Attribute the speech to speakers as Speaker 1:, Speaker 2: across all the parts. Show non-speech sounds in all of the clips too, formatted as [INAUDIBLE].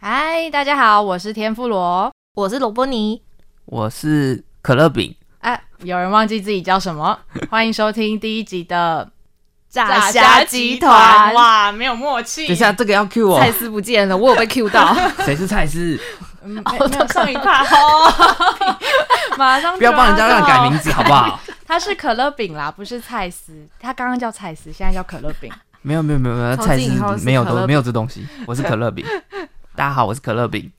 Speaker 1: 嗨，大家好，我是田富罗。
Speaker 2: 我是罗伯尼，
Speaker 3: 我是可乐饼，
Speaker 1: 哎、有人忘记自己叫什 [LAUGHS] 么？欢迎收听第一集的
Speaker 2: 炸
Speaker 1: 虾
Speaker 2: 虾
Speaker 1: 集
Speaker 2: 集
Speaker 1: 团。
Speaker 2: 团，
Speaker 1: 哇，没有默契。
Speaker 3: 等一下这个要 Q 我，
Speaker 2: 蔡司不见了，我有被 Q 到，
Speaker 3: 谁是蔡司？
Speaker 1: 嗯，没没
Speaker 2: [LAUGHS]
Speaker 1: 有上一趴哦，马上
Speaker 3: 不要帮人家
Speaker 1: 抓
Speaker 3: 乱
Speaker 1: 到
Speaker 3: 改名。字好不好？
Speaker 1: 他是可乐饼啦，不是蔡司。他刚刚叫蔡司，现在叫可乐 [LAUGHS] 饼。
Speaker 3: 没有没有没有没有，
Speaker 2: 从
Speaker 3: 蔡
Speaker 2: 今以后
Speaker 3: 司
Speaker 2: 是
Speaker 3: 没有
Speaker 2: 可乐
Speaker 3: 都
Speaker 2: 饼
Speaker 3: 没有这东西，我是可乐
Speaker 2: [LAUGHS]
Speaker 3: 饼。大家好，我是可乐饼。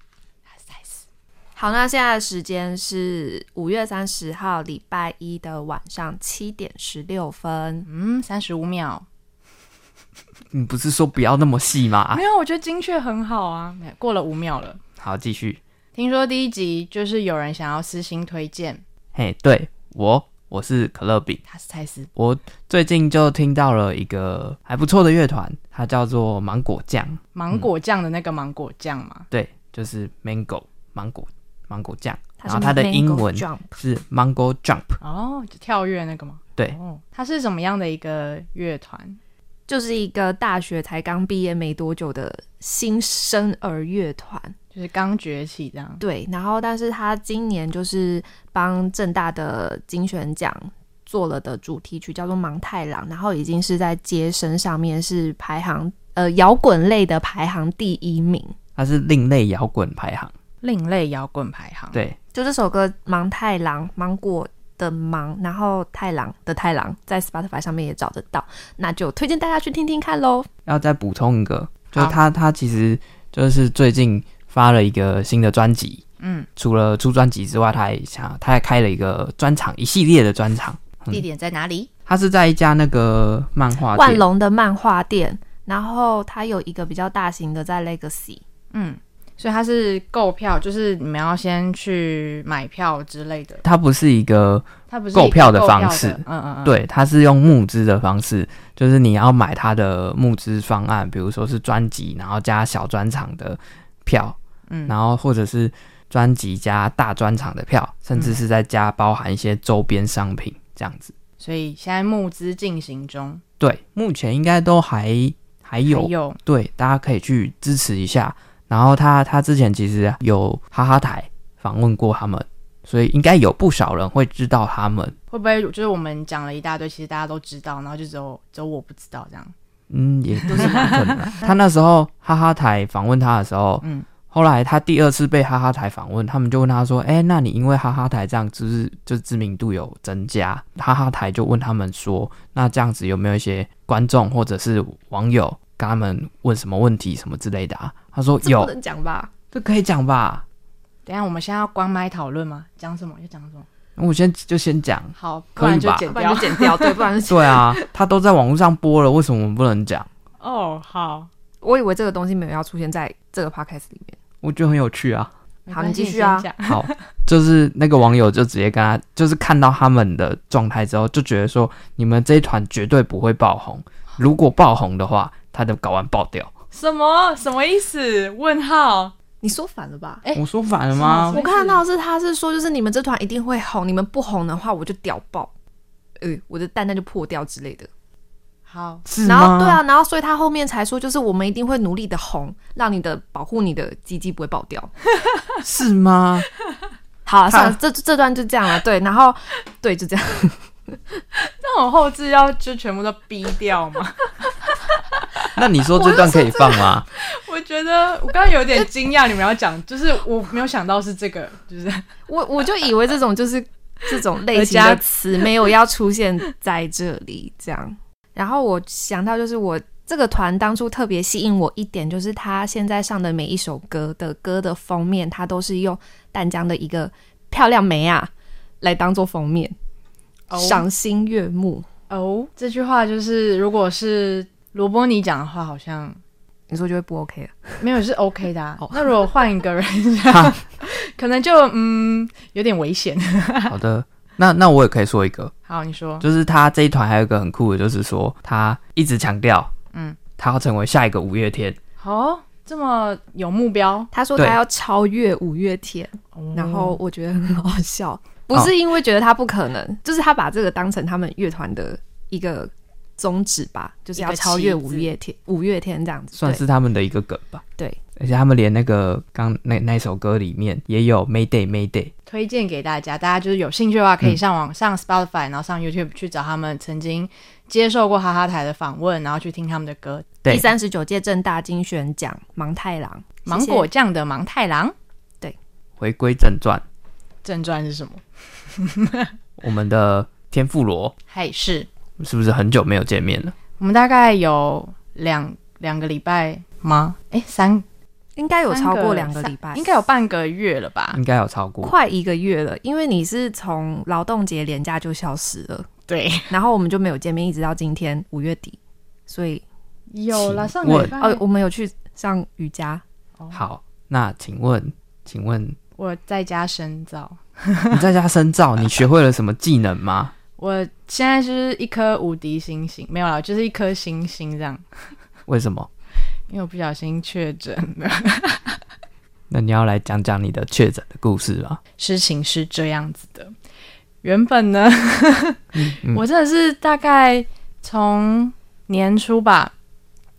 Speaker 2: 好，那现在的时间是五月三十号礼拜一的晚上七点十六分。
Speaker 1: 嗯，三十五秒。
Speaker 3: 你不是说不要那么细吗？啊
Speaker 1: 没有，我觉得精确很好啊。没有过了五秒了。
Speaker 3: 好，继续。
Speaker 1: 听说第一集就是有人想要私心推荐，
Speaker 3: 嘿，对我我是可乐饼。
Speaker 1: 他是蔡司。
Speaker 3: 我最近就听到了一个还不错的乐团，它叫做芒果酱。
Speaker 1: 芒果酱的那个芒果酱嘛，
Speaker 3: 对，就是 mango 芒果芒果酱，
Speaker 2: 它
Speaker 3: 然
Speaker 2: 是
Speaker 3: 后它的
Speaker 2: Mango
Speaker 3: 英文
Speaker 2: Jump
Speaker 3: 是 mango jump。
Speaker 1: 哦，就跳跃那个吗？
Speaker 3: 对
Speaker 1: 哦，它是什么样的一个乐团？
Speaker 2: 就是一个大学才刚毕业没多久的新生儿乐团，
Speaker 1: 就是刚崛起这样。
Speaker 2: 对。然后，但是他今年就是帮正大的金选奖做了的主题曲叫做《芒太郎》，然后已经是在街声上面是排行呃摇滚类的排行第一名。
Speaker 3: 它是另类摇滚排行。
Speaker 1: 另类摇滚排行，，
Speaker 3: 对，
Speaker 2: 就这首歌《芒太郎》，芒果的芒，然后太郎的太郎，在 Spotify 上面也找得到，那就推荐大家去听听看喽。
Speaker 3: 要再补充一个，就
Speaker 1: 好
Speaker 3: 他他其实就是最近发了一个新的专辑，
Speaker 1: 嗯，
Speaker 3: 除了出专辑之外，他还想他还开了一个专场，一系列的专场。嗯
Speaker 1: 地点在哪里？
Speaker 3: 他是在一家那个漫画
Speaker 2: 万
Speaker 3: 店，
Speaker 2: 隆的漫画店，然后它有一个比较大型的在 Legacy，
Speaker 1: 嗯，所以它是购票，就是你们要先去买票之类的，
Speaker 3: 他不是一个
Speaker 1: 它不是
Speaker 3: 购票的
Speaker 1: 一个购
Speaker 3: 方式
Speaker 1: 嗯嗯嗯，，
Speaker 3: 对，他是用募资的方式，就是你要买他的募资方案，比如说是专辑，然后加小专场的票，
Speaker 1: 嗯
Speaker 3: 然后或者是专辑加大专场的票，甚
Speaker 1: 嗯
Speaker 3: 至是再加包含一些周边商品这样子。
Speaker 1: 所以现在募资进行中，
Speaker 3: 对，目前应该都还还有
Speaker 1: 还有
Speaker 3: 对，大家可以去支持一下。然后他他之前其实有哈哈台访问过他们，所以应该有不少人会知道他们。
Speaker 1: 会不会就是我们讲了一大堆，其实大家都知道，然后就只有只有我不知道这样？
Speaker 3: 嗯，也不是不可能啊。他那时候哈哈台访问他的时候，
Speaker 1: 嗯
Speaker 3: 后来他第二次被哈哈台访问，他们就问他说：“哎、那你因为哈哈台这样，就是就知名度有增加？”哈哈台就问他们说：“那这样子有没有一些观众或者是网友跟他们问什么问题什么之类的啊？”他说：“
Speaker 2: 这不
Speaker 3: 有，
Speaker 2: 能讲吧？
Speaker 3: 这可以讲吧？
Speaker 1: 等一下我们现在要关麦讨论吗？讲什么就讲什么，
Speaker 3: 那我先就先讲。”
Speaker 1: 好，不
Speaker 3: [LAUGHS] 可以
Speaker 1: 然就
Speaker 3: 吧
Speaker 1: 剪
Speaker 2: 不然
Speaker 1: 掉
Speaker 2: 就。剪掉，对，不然就
Speaker 3: 对啊，他都在网络上播了，为什么我们不能讲？
Speaker 1: 哦，好，
Speaker 2: 我以为这个东西没有要出现在这个 podcast 里面。
Speaker 3: 我觉得很有趣啊。
Speaker 1: 没
Speaker 2: 好
Speaker 1: 关
Speaker 2: 你
Speaker 1: 系
Speaker 2: 继续啊
Speaker 1: 先讲
Speaker 3: 好，就是那个网友就直接跟他，就是看到他们的状态之后，就觉得说你们这一团绝对不会爆红，如果爆红的话，他的睾丸爆掉。
Speaker 1: 什么什么意思？问号？
Speaker 2: 你说反了吧？
Speaker 1: 哎
Speaker 3: 我说反了
Speaker 1: 吗
Speaker 3: 吗
Speaker 1: 是
Speaker 2: 我？看到是他是说，就是你们这团一定会红，你们不红的话我就屌爆，呃，我的蛋蛋就破掉之类的。
Speaker 1: 好，
Speaker 3: 是
Speaker 2: 然后
Speaker 3: 吗？
Speaker 2: 对啊，然后所以他后面才说，就是我们一定会努力的红，让你的保护你的鸡鸡不会爆掉。
Speaker 3: 是吗？
Speaker 2: 好啊，
Speaker 3: 他
Speaker 2: 算了，这这段就这样了。对，然后对，就这样。
Speaker 1: 那我后置要就全部都逼掉吗？
Speaker 3: 那你说这段可以放
Speaker 2: [LAUGHS]
Speaker 3: 吗？
Speaker 1: [LAUGHS] 我觉得我刚刚有点惊讶，你们要讲，就是我没有想到是这个，就是
Speaker 2: 我我就以为这种就是这种类型的词没有要出现在这里，这样。然后我想到就是我这个团当初特别吸引我一点，就是他现在上的每一首歌的歌的封面，它都是用淡江的一个漂亮梅啊来当做封面，赏心悦目。
Speaker 1: [LAUGHS] 哦这句话，就是如果是罗伯尼讲的话，好像
Speaker 2: 你说就会不 OK 了。
Speaker 1: 没有是 OK 的、啊
Speaker 2: 哦。
Speaker 1: 那如果换一个人讲， [LAUGHS] 可能就嗯有点危险。 [LAUGHS]
Speaker 3: 好的，那那我也可以说一个，
Speaker 1: 好，你说
Speaker 3: 就是他这一团还有一个很酷的，就是说他一直强调，
Speaker 1: 嗯
Speaker 3: 嗯，他要成为下一个五月天。
Speaker 1: 好、这么有目标，
Speaker 2: 他说
Speaker 3: 对
Speaker 2: 他要超越五月天，
Speaker 1: 哦
Speaker 2: 然后我觉得很好
Speaker 3: [LAUGHS] 哦
Speaker 2: 笑，不是因为觉得他不可能，就是他把这个当成他们乐团的一个宗旨吧，就是要超越
Speaker 1: 一个旗
Speaker 2: 五
Speaker 1: 帜
Speaker 2: 月天，五月天这样子。
Speaker 3: 算
Speaker 2: 对
Speaker 3: 是他们的一个梗吧。
Speaker 2: 对，
Speaker 3: 而且他们连那个刚那那首歌里面也有 Mayday Mayday，
Speaker 1: 推荐给大家，大家就是有兴趣的话，可以
Speaker 3: 嗯
Speaker 1: 上网、上 Spotify，然后上 YouTube 去找他们曾经接受过哈哈台的访问，然后去听他们的歌。
Speaker 3: 对
Speaker 2: 第三十九届正大金选奖，芒太郎，谢谢
Speaker 1: 芒果酱的芒太郎
Speaker 3: 回归正传，
Speaker 1: 正传是什么？
Speaker 3: 我们的天妇罗
Speaker 1: 嘿，是
Speaker 3: 是不是很久没有见面了？
Speaker 1: 我们大概有两两个礼拜吗？哎，三
Speaker 2: 应该有
Speaker 1: 三
Speaker 2: 超过两个礼拜，
Speaker 1: 三应该有半个月了吧？
Speaker 3: 应该有超过。
Speaker 2: 快一个月了，因为你是从劳动节连假就消失
Speaker 1: [LAUGHS]
Speaker 2: 了，
Speaker 1: 对，
Speaker 2: 然后我们就没有见面，一直到今天五月底，所以
Speaker 1: 有了
Speaker 3: 请
Speaker 1: 上
Speaker 3: 问
Speaker 1: 个礼拜。
Speaker 2: 哦，我们有去上瑜伽，
Speaker 3: 好，那请问，请问 [LAUGHS]
Speaker 1: 我在家深造，
Speaker 3: 你在家深造，你学会了什么技
Speaker 1: [LAUGHS]
Speaker 3: 能吗？
Speaker 1: 我现在就是一颗无敌星星，没有啦，就是一颗星星这样，
Speaker 3: 为什么？
Speaker 1: 因为我不小心确诊了。
Speaker 3: 那你要来讲讲你的确诊的故事啊吗？
Speaker 1: 事情是这样子的。原本呢，
Speaker 3: 嗯
Speaker 1: [LAUGHS] 我真的是大概从年初吧，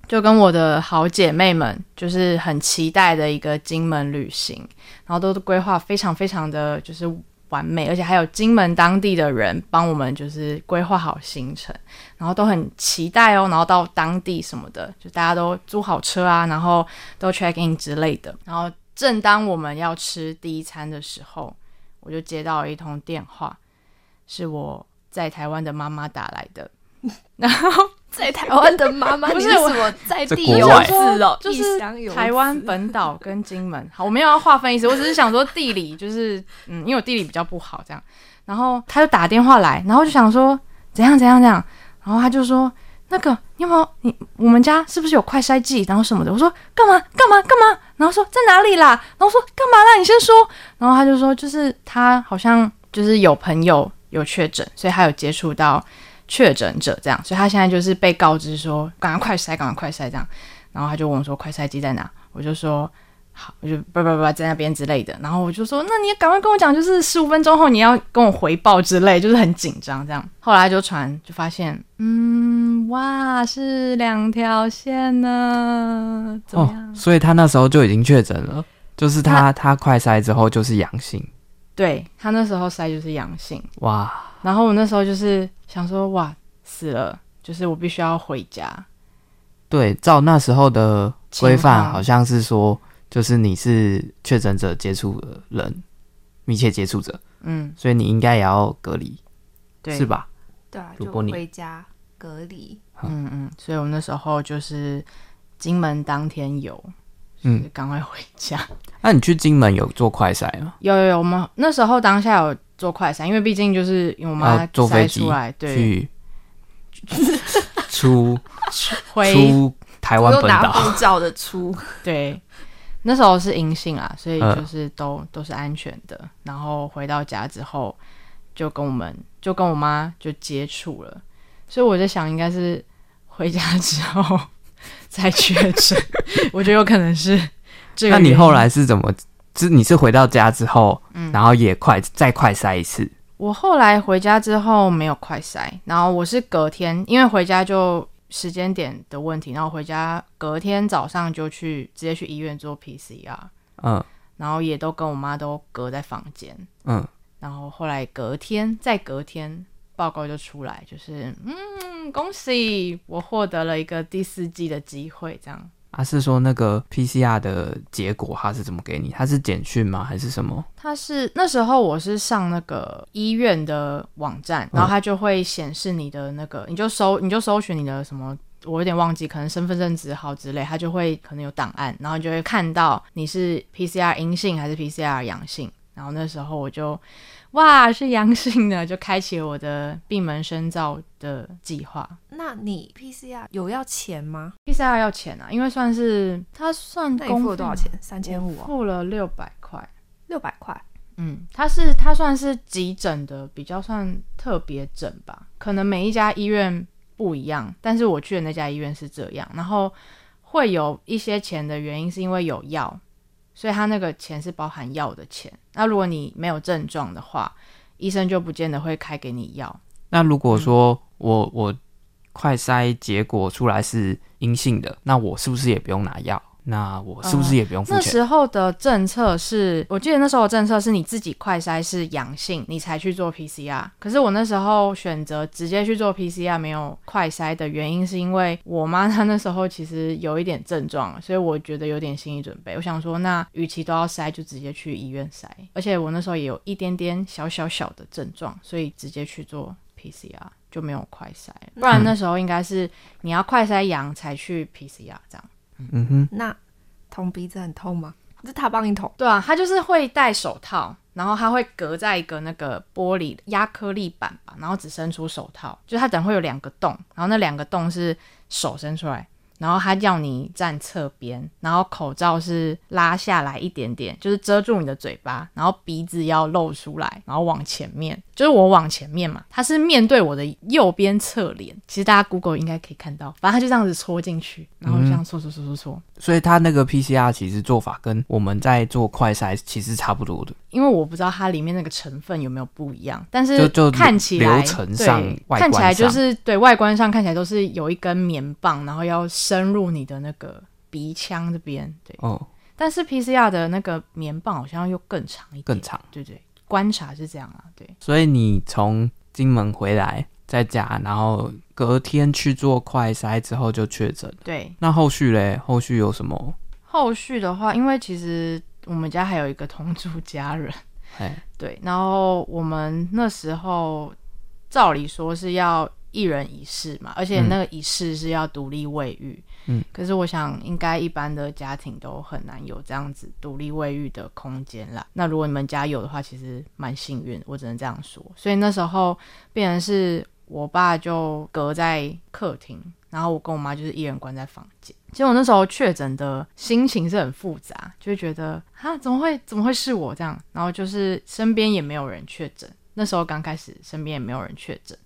Speaker 1: 就跟我的好姐妹们，就是很期待的一个金门旅行，然后都规划非常非常的就是完美，而且还有金门当地的人帮我们就是规划好行程，然后都很期待哦，然后到当地什么的，就大家都租好车啊，然后都 check in 之类的，然后正当我们要吃第一餐的时候，我就接到了一通电话，是我在台湾的妈妈打来的。然后
Speaker 2: 在台湾的妈 [LAUGHS] 妈，
Speaker 1: 不是
Speaker 2: 你
Speaker 1: 我
Speaker 2: 什么在
Speaker 3: 在
Speaker 2: 地
Speaker 3: 国
Speaker 2: 游
Speaker 3: 外
Speaker 2: 子哦，
Speaker 1: 就
Speaker 2: 异
Speaker 1: 是
Speaker 2: 乡游
Speaker 1: 台湾本岛跟金门，好，我没有要划分意思，我只是想说地理就是， [LAUGHS] 嗯，因为我地理比较不好这样。然后他就打电话来，然后就想说怎样怎样怎样，然后他就说那个你有没有你我们家是不是有快筛剂，然后什么的？我说干嘛干嘛干嘛，然后说在哪里啦，然后说干嘛啦，你先说。然后他就说就是他好像就是有朋友有确诊，所以他有接触到。确诊者这样，所以他现在就是被告知说，赶快快筛，赶快快筛这样。然后他就问我说：“快筛机在哪？”我就说：“好，我就叭叭叭在那边之类的。”然后我就说：“那你也赶快跟我讲，就是十五分钟后你要跟我回报之类，就是很紧张这样。”后来就传，就发现，嗯，哇，是两条线呢，怎么
Speaker 3: 哦
Speaker 1: 样？，
Speaker 3: 所以他那时候就已经确诊了，就是他他快筛之后就是阳性，
Speaker 1: 对他那时候筛就是阳性，
Speaker 3: 哇，
Speaker 1: 然后我那时候就是想说：“哇，死了！”就是我必须要回家，
Speaker 3: 对，照那时候的规
Speaker 1: 情
Speaker 3: 范，
Speaker 1: 况
Speaker 3: 好像是说，就是你是确诊者接触的人，密切接触者，
Speaker 1: 嗯，
Speaker 3: 所以你应该也要隔离，
Speaker 1: 对，
Speaker 3: 是？吧？
Speaker 2: 对啊，
Speaker 3: 如
Speaker 2: 就
Speaker 3: 果你
Speaker 2: 回家隔离。
Speaker 1: 嗯嗯，所以我们那时候就是金门当天游，
Speaker 3: 嗯
Speaker 1: 嗯，赶快回家。 [LAUGHS]
Speaker 3: 那你去金门有做快筛吗？
Speaker 1: 有有有，我们那时候当下有做快筛，因为毕竟就是因为我妈
Speaker 3: 要哦坐飞
Speaker 1: 筛
Speaker 3: 机
Speaker 1: 出来，对，
Speaker 3: 去出
Speaker 1: 回
Speaker 3: 出台
Speaker 2: 不
Speaker 3: 湾
Speaker 2: 用
Speaker 3: 本
Speaker 2: 拿
Speaker 3: 岛，
Speaker 2: 护照的出，
Speaker 1: 对，那时候是阴性啦，所以
Speaker 3: 嗯
Speaker 1: 就是都、都是安全的。然后回到家之后，就跟我们就跟我妈就接触了，所以我在想，应该是回家之后再确诊， [LAUGHS] 我觉得有可能是这个
Speaker 3: 那
Speaker 1: 原因。
Speaker 3: 你后来是怎么？是你是回到家之后，然后也快再快筛一次，
Speaker 1: 我后来回家之后没有快筛，然后我是隔天，因为回家就时间点的问题，然后回家隔天早上就去直接去医院做 PCR，
Speaker 3: 嗯
Speaker 1: 然后也都跟我妈都隔在房间，
Speaker 3: 嗯，
Speaker 1: 然后后来隔天再隔天报告就出来，就是嗯，恭喜我获得了一个第四季的机会，这样。
Speaker 3: 啊是说那个 PCR 的结果他是怎么给你？他是简讯吗？还是什么？
Speaker 1: 他是那时候我是上那个医院的网站，然后它就会显示你的那个，你就搜你就搜寻你的什么，我有点忘记，可能身份证字号之类，它就会可能有档案，然后你就会看到你是 PCR 阴性还是 PCR 阳性。然后那时候我就哇是阳性的，就开启了我的闭门深造的计划。
Speaker 2: [LAUGHS] 那你 PCR 有要钱吗？
Speaker 1: PCR 要钱啊，因为算是它算
Speaker 2: 那你付
Speaker 1: 公
Speaker 2: 了
Speaker 1: 费
Speaker 2: 多少
Speaker 1: 吗？
Speaker 2: 钱？三千五
Speaker 1: 我
Speaker 2: 哦，
Speaker 1: 付了六百块。
Speaker 2: 六百块。
Speaker 1: 嗯，它是它算是急诊的，比较算特别诊吧。可能每一家医院不一样，但是我去的那家医院是这样。然后会有一些钱的原因，是因为有药，所以他那个钱是包含药的钱。那如果你没有症状的话，医生就不见得会开给你药。
Speaker 3: 那如果说我我快筛结果出来是阴性的，那我是不是也不用拿药？那我是不是也不用付
Speaker 1: 那
Speaker 3: 钱？
Speaker 1: 时候的政策是，我记得那时候的政策是你自己快筛是阳性，你才去做 PCR。可是我那时候选择直接去做 PCR，没有快筛的原因是因为我妈她那时候其实有一点症状，所以我觉得有点心理准备。我想说，那与其都要筛，就直接去医院筛。而且我那时候也有一点点小小小的症状，所以直接去做 PCR。就没有快筛，不
Speaker 3: 嗯
Speaker 1: 然那时候应该是你要快筛阳才去 PCR 这样。
Speaker 3: 嗯哼，
Speaker 2: 那捅鼻子很痛吗？是他帮你捅，
Speaker 1: 对啊，他就是会戴手套，然后他会隔在一个那个玻璃压颗粒板吧，然后只伸出手套，就他等会有两个洞，然后那两个洞是手伸出来，然后他叫你站侧边，然后口罩是拉下来一点点，就是遮住你的嘴巴，然后鼻子要露出来，然后往前面，就是我往前面嘛，他是面对我的右边侧脸，其实大家 Google 应该可以看到，反正他就这样子戳进去，然后就这样戳戳戳戳戳，
Speaker 3: 所以他那个 PCR 其实做法跟我们在做快筛其实差不多的，
Speaker 1: 因为我不知道它里面那个成分有没有不一样，但
Speaker 3: 就是就
Speaker 1: 看起来
Speaker 3: 流程上
Speaker 1: 对
Speaker 3: 外观
Speaker 1: 看起来就
Speaker 3: 上
Speaker 1: 是对外观上看起来都是有一根棉棒，然后要深入你的那个鼻腔这边。对，
Speaker 3: 哦，
Speaker 1: 但是 PCR 的那个棉棒好像又更长一点，
Speaker 3: 更长。
Speaker 1: 对对，观察是这样啊，对。
Speaker 3: 所以你从金门回来，在家，然后隔天去做快筛之后就确诊。
Speaker 1: 对，
Speaker 3: 那后续嘞？后续有什么？
Speaker 1: 后续的话，因为其实我们家还有一个同住家人，
Speaker 3: 哎，
Speaker 1: 对，然后我们那时候照理说是要一人一室嘛，而且那个一室是要独立卫浴。
Speaker 3: 嗯，
Speaker 1: 可是我想应该一般的家庭都很难有这样子独立卫浴的空间啦。那如果你们家有的话，其实蛮幸运，我只能这样说。所以那时候变成是我爸就隔在客厅，然后我跟我妈就是一人关在房间。其实我那时候确诊的心情是很复杂，就会觉得啊，怎么会怎么会是我这样？然后就是身边也没有人确诊，那时候刚开始身边也没有人确诊，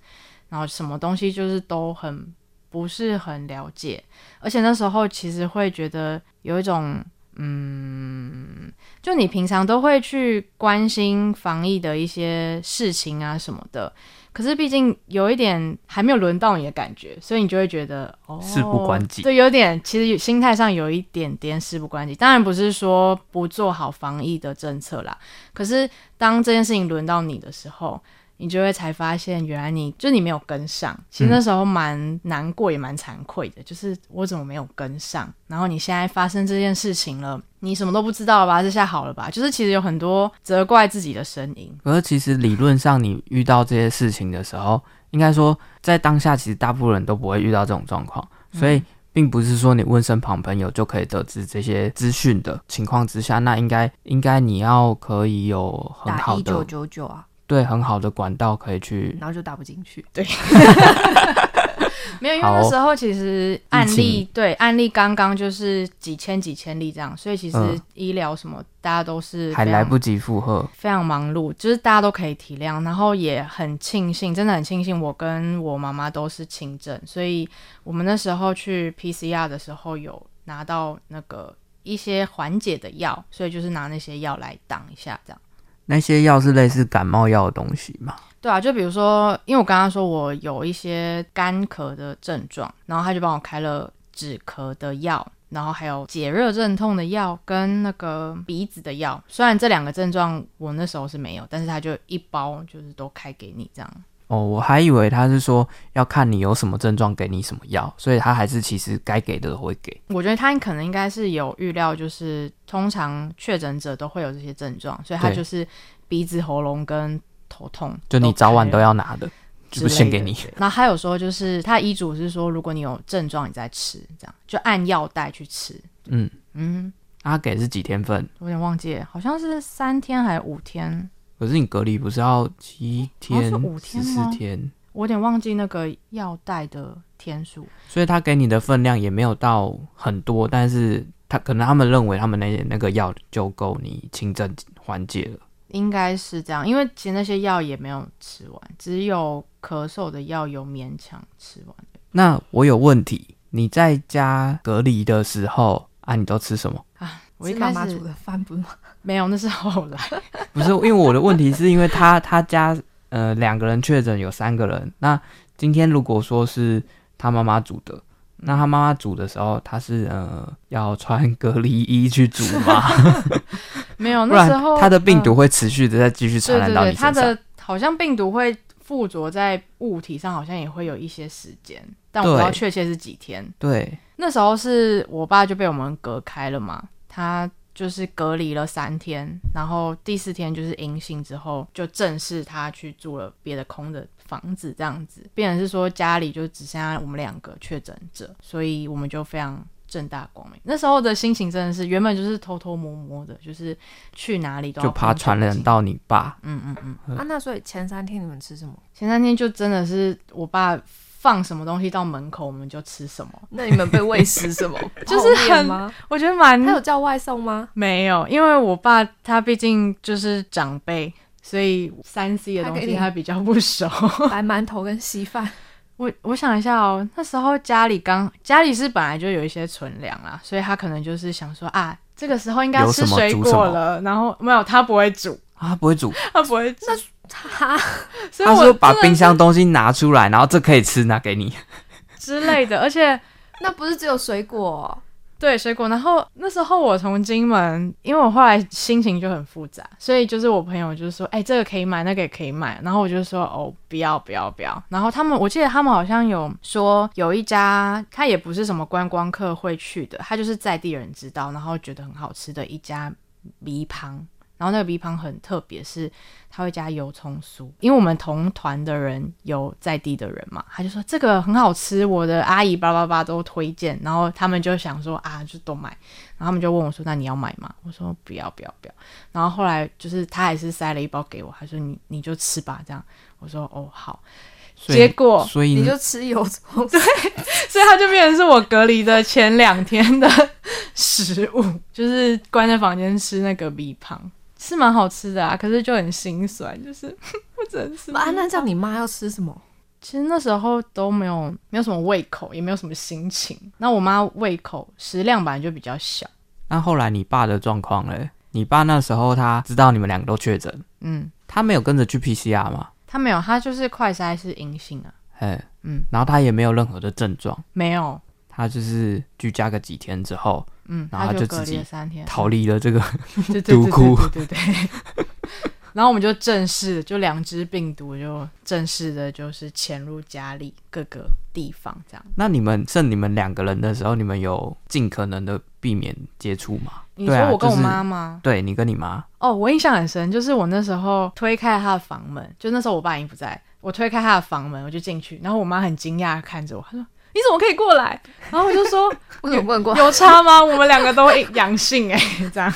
Speaker 1: 然后什么东西就是都很不是很了解，而且那时候其实会觉得有一种嗯，就你平常都会去关心防疫的一些事情啊什么的，可是毕竟有一点还没有轮到你的感觉，所以你就会觉得哦，
Speaker 3: 事不关己
Speaker 1: 对，有点其实有心态上有一点点事不关己。当然不是说不做好防疫的政策啦，可是当这件事情轮到你的时候。你就会才发现，原来你就你没有跟上。其实那时候蛮难过，也蛮惭愧
Speaker 3: 嗯
Speaker 1: 的，就是我怎么没有跟上？然后你现在发生这件事情了，你什么都不知道吧？这下好了吧？就是其实有很多责怪自己的声音。
Speaker 3: 可是其实理论上，你遇到这些事情的时候，应该说在当下，其实大部分人都不会遇到这种状况，
Speaker 2: 嗯
Speaker 3: 所以并不是说你问身旁朋友就可以得知这些资讯的情况之下，那应该应该你要可以有很
Speaker 2: 打
Speaker 3: 好
Speaker 2: 一九
Speaker 3: 的
Speaker 2: 九九啊，
Speaker 3: 对很好的管道可以去
Speaker 2: 然后就打不进去。
Speaker 1: 没有，因为
Speaker 3: 好
Speaker 1: 那时候其实案
Speaker 3: 疫
Speaker 1: 例对案例刚刚就是几千几千例这样，所以其实
Speaker 3: 嗯
Speaker 1: 医疗什么大家都是
Speaker 3: 还
Speaker 1: 非
Speaker 3: 来
Speaker 1: 常
Speaker 3: 不及负荷，
Speaker 1: 非常忙碌，就是大家都可以体谅，然后也很庆幸，真的很庆幸，我跟我妈妈都是轻症，所以我们那时候去 PCR 的时候有拿到那个一些缓解的药，所以就是拿那些药来挡一下这样。
Speaker 3: 那些药是类似感冒药的东西嘛？
Speaker 1: 对啊，就比如说，因为我刚刚说我有一些干咳的症状，然后他就帮我开了止咳的药，然后还有解热镇痛的药跟那个鼻子的药。虽然这两个症状我那时候是没有，但是他就一包就是都开给你这样。
Speaker 3: 哦，我还以为他是说要看你有什么症状给你什么药，所以他还是其实该给的会给。
Speaker 1: 我觉得他可能应该是有预料，就是通常确诊者都会有这些症状，所以他
Speaker 3: 对
Speaker 1: 就是鼻子、喉咙跟头痛，
Speaker 3: 就你早晚都要拿的，
Speaker 1: 之
Speaker 3: 就不献
Speaker 1: 类
Speaker 3: 给
Speaker 1: 的
Speaker 3: 你。。
Speaker 1: 然后还有说，就是他医嘱是说，如果你有症状，你再吃，这样就按药袋去吃。
Speaker 3: 嗯，
Speaker 1: 嗯，
Speaker 3: 他给是几天份？
Speaker 1: 我有点忘记了，好像是三天还是五天，
Speaker 3: 可是你隔离不是要七
Speaker 1: 好像
Speaker 3: 天
Speaker 1: 哦是五、
Speaker 3: 十
Speaker 1: 天
Speaker 3: 四
Speaker 1: 吗
Speaker 3: 天，
Speaker 1: 我有点忘记那个药袋的天数。
Speaker 3: 所以他给你的分量也没有到很多，但是他可能他们认为他们那那个药就够你轻症缓解了。
Speaker 1: 应该是这样，因为其实那些药也没有吃完，只有咳嗽的药有勉强吃完。
Speaker 3: 那我有问题，你在家隔离的时候啊，你都吃什么？
Speaker 1: 我一
Speaker 2: 是
Speaker 1: 开
Speaker 2: 妈妈
Speaker 1: 始
Speaker 2: 煮的饭不是吗？
Speaker 1: 没有，那是后来。
Speaker 3: 不是，因为我的问题是因
Speaker 1: [LAUGHS]
Speaker 3: 为他他家呃两个人确诊有三个人，那今天如果说是他妈妈煮的，那他妈妈煮的时候，他是呃要穿隔离衣去煮
Speaker 1: [LAUGHS]
Speaker 3: 嘛，
Speaker 1: 没有，
Speaker 3: 不
Speaker 1: 那
Speaker 3: 然
Speaker 1: 时候
Speaker 3: 他的病毒
Speaker 1: 嗯
Speaker 3: 会持续的再继续传
Speaker 1: 对
Speaker 3: 染
Speaker 1: 对
Speaker 3: 到
Speaker 1: 对，
Speaker 3: 你
Speaker 1: 它
Speaker 3: 身上。
Speaker 1: 的好像病毒会附着在物体上，好像也会有一些时间，但我不知道
Speaker 3: 对
Speaker 1: 确切是几天。
Speaker 3: 对，
Speaker 1: 那时候是我爸就被我们隔开了嘛，他就是隔离了三天，然后第四天就是阴性之后，就正式他去住了别的空的房子，这样子，变成是说家里就只剩下我们两个确诊者，所以我们就非常。正大光明，那时候的心情真的是原本就是偷偷摸摸的，就是去哪里都要
Speaker 3: 就怕
Speaker 1: 喷酒
Speaker 3: 传染
Speaker 1: 精。
Speaker 3: 到你爸。
Speaker 1: 嗯嗯嗯，
Speaker 3: 嗯
Speaker 2: 啊，那所以前三天你们吃什么？
Speaker 1: 前三天就真的是我爸放什么东西到门口，我们就吃什么。？
Speaker 2: 那你们被喂食什 [LAUGHS] 么
Speaker 1: 就是
Speaker 2: 泡面
Speaker 1: 很
Speaker 2: 吗？
Speaker 1: 我觉得蛮
Speaker 2: 他有叫外送吗？
Speaker 1: 没有，因为我爸他毕竟就是长辈，所以三 C 的
Speaker 2: 他
Speaker 1: 东
Speaker 2: 给
Speaker 1: 西
Speaker 2: 你
Speaker 1: 他比较不熟。
Speaker 2: 白馒头跟稀饭，
Speaker 1: [LAUGHS] 我我想一下哦，那时候家里刚家里是本来就有一些存粮啦，所以他可能就是想说啊，这个时候应该
Speaker 3: 有
Speaker 1: 吃
Speaker 3: 什么
Speaker 1: 水
Speaker 3: 煮什
Speaker 1: 果
Speaker 3: 么
Speaker 1: 了，然后没有他不会煮，
Speaker 3: 啊，他不会煮，
Speaker 1: 他不会煮，
Speaker 2: [LAUGHS] 哈，
Speaker 1: 所以
Speaker 3: 他
Speaker 1: 我
Speaker 3: 说把
Speaker 1: 真的
Speaker 3: 冰箱东西拿出来，然后这可以吃，拿给你。
Speaker 1: 之类的，而且
Speaker 2: 那不是只有水果哦、
Speaker 1: 对水果，然后那时候我从金门，因为我后来心情就很复杂，所以就是我朋友就说，哎、这个可以买，那个也可以买，然后我就说，哦，不要不要不要。然后他们，我记得他们好像有说有一家，他也不是什么观光客会去的，他就是在地人知道，然后觉得很好吃的一家米汤。然后那个米汤很特别，是他会加油葱酥，因为我们同团的人有在地的人嘛，他就说这个很好吃，我的阿姨叭叭叭都推荐，然后他们就想说啊，就都买，然后他们就问我说那你要买吗？我说不要不要不要，然后后来就是他还是塞了一包给我，他说你你就吃吧这样，我说哦好，
Speaker 3: 所以
Speaker 1: 结果
Speaker 3: 所以
Speaker 2: 你
Speaker 3: 你
Speaker 2: 就 [LAUGHS] 吃油葱，
Speaker 1: 所以它就变成是我隔离的前两天的食物， [LAUGHS] 就是关在房间吃那个米汤，是蛮好吃的啊，可是就很心酸，就是我只能吃米
Speaker 2: 啊，
Speaker 1: 汤。
Speaker 2: 那叫你妈要吃什么？
Speaker 1: 其实那时候都没有没有什么胃口，也没有什么心情。那我妈胃口食量本来就比较小，
Speaker 3: 那后来你爸的状况嘞？你爸那时候他知道你们两个都确诊，
Speaker 1: 嗯，
Speaker 3: 他没有跟着去 PCR 嘛？
Speaker 1: 她没有，她就是快筛是阴性啊，
Speaker 3: 哎，
Speaker 1: 嗯，
Speaker 3: 然后他也没有任何的症状，
Speaker 1: 没有，
Speaker 3: 他就是居家个几天之后
Speaker 1: 嗯，
Speaker 3: 然后
Speaker 1: 她
Speaker 3: 她就
Speaker 1: 隔
Speaker 3: 自
Speaker 1: 离
Speaker 3: 己
Speaker 1: 了三天，
Speaker 3: 逃离了这个，
Speaker 2: 嗯
Speaker 1: 对对
Speaker 3: 独
Speaker 1: 对
Speaker 3: 孤
Speaker 1: 对对对对。 [LAUGHS] 然后我们就正式，就两只病毒就正式的，就是潜入家里各个地方这样。
Speaker 3: [LAUGHS] 那你们剩你们两个人的时候，你们有尽可能的避免接触吗？
Speaker 1: 你
Speaker 3: 对
Speaker 1: 说
Speaker 3: 啊
Speaker 1: 我跟我
Speaker 3: 就是
Speaker 1: 妈吗？
Speaker 3: 对你跟你妈，
Speaker 1: 哦，我印象很深，就是我那时候推开她的房门，就那时候我爸已经不在，我推开她的房门，我就进去，然后我妈很惊讶地看着我，她说：“你怎么可以过来？”然后我就说：“
Speaker 2: 我有问 [LAUGHS] 过，
Speaker 1: 有差吗？我们两个都阳性哎、 [LAUGHS] 这样。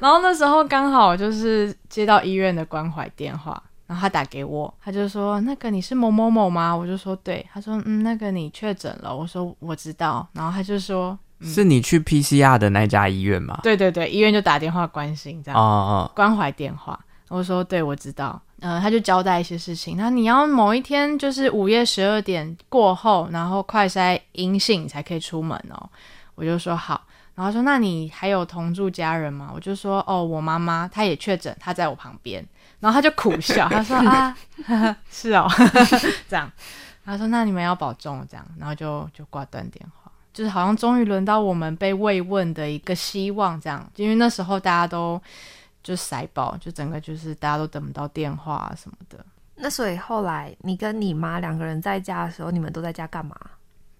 Speaker 1: 然后那时候刚好就是接到医院的关怀电话，然后他打给我，他就说：“那个你是某某某吗？”我就说：“对。”他说：“嗯，那个你确诊了。”我说：“我知道。”然后他就说
Speaker 2: 嗯
Speaker 3: 是你去 PCR 的那家医院吗：“？
Speaker 1: 对对对，医院就打电话关心
Speaker 2: 啊
Speaker 1: 这样。”
Speaker 3: 哦哦，
Speaker 1: 关怀电话。我说对，我知道。呃，他就交代一些事情。那你要某一天就是午夜十二点过后，然后快筛阴性你才可以出门哦。我就说好。然后说那你还有同住家人吗？我就说哦，我妈妈她也确诊，她在我旁边。然后他就苦笑，他说啊， [LAUGHS] 是哦， [LAUGHS] 这样。他说那你们要保重，这样，然后就就挂断电话。就是好像终于轮到我们被慰问的一个希望，这样，因为那时候大家都就塞爆，就整个就是大家都等不到电话、啊、什么的。
Speaker 2: 那所以后来你跟你妈两个人在家的时候，你们都在家干嘛？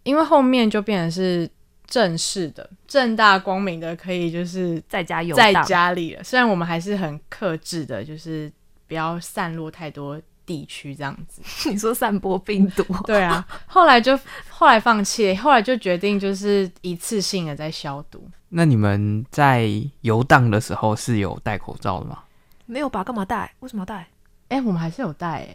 Speaker 1: 因为后面就变成是正式的、正大光明的，可以就是
Speaker 2: 在家 [LAUGHS] 游
Speaker 1: 在
Speaker 2: 荡，
Speaker 1: 家里了。虽然我们还是很克制的，就是不要散落太多地区这样子。
Speaker 2: 你说散播病 [LAUGHS] 毒，
Speaker 1: 对啊， [LAUGHS] 后来就后来放弃，后来就决定就是一次性的在消毒。
Speaker 3: 那你们在游荡的时候是有戴口罩的吗？
Speaker 2: 没有吧？干嘛戴？为什么要戴？
Speaker 1: 哎、我们还是有带哎、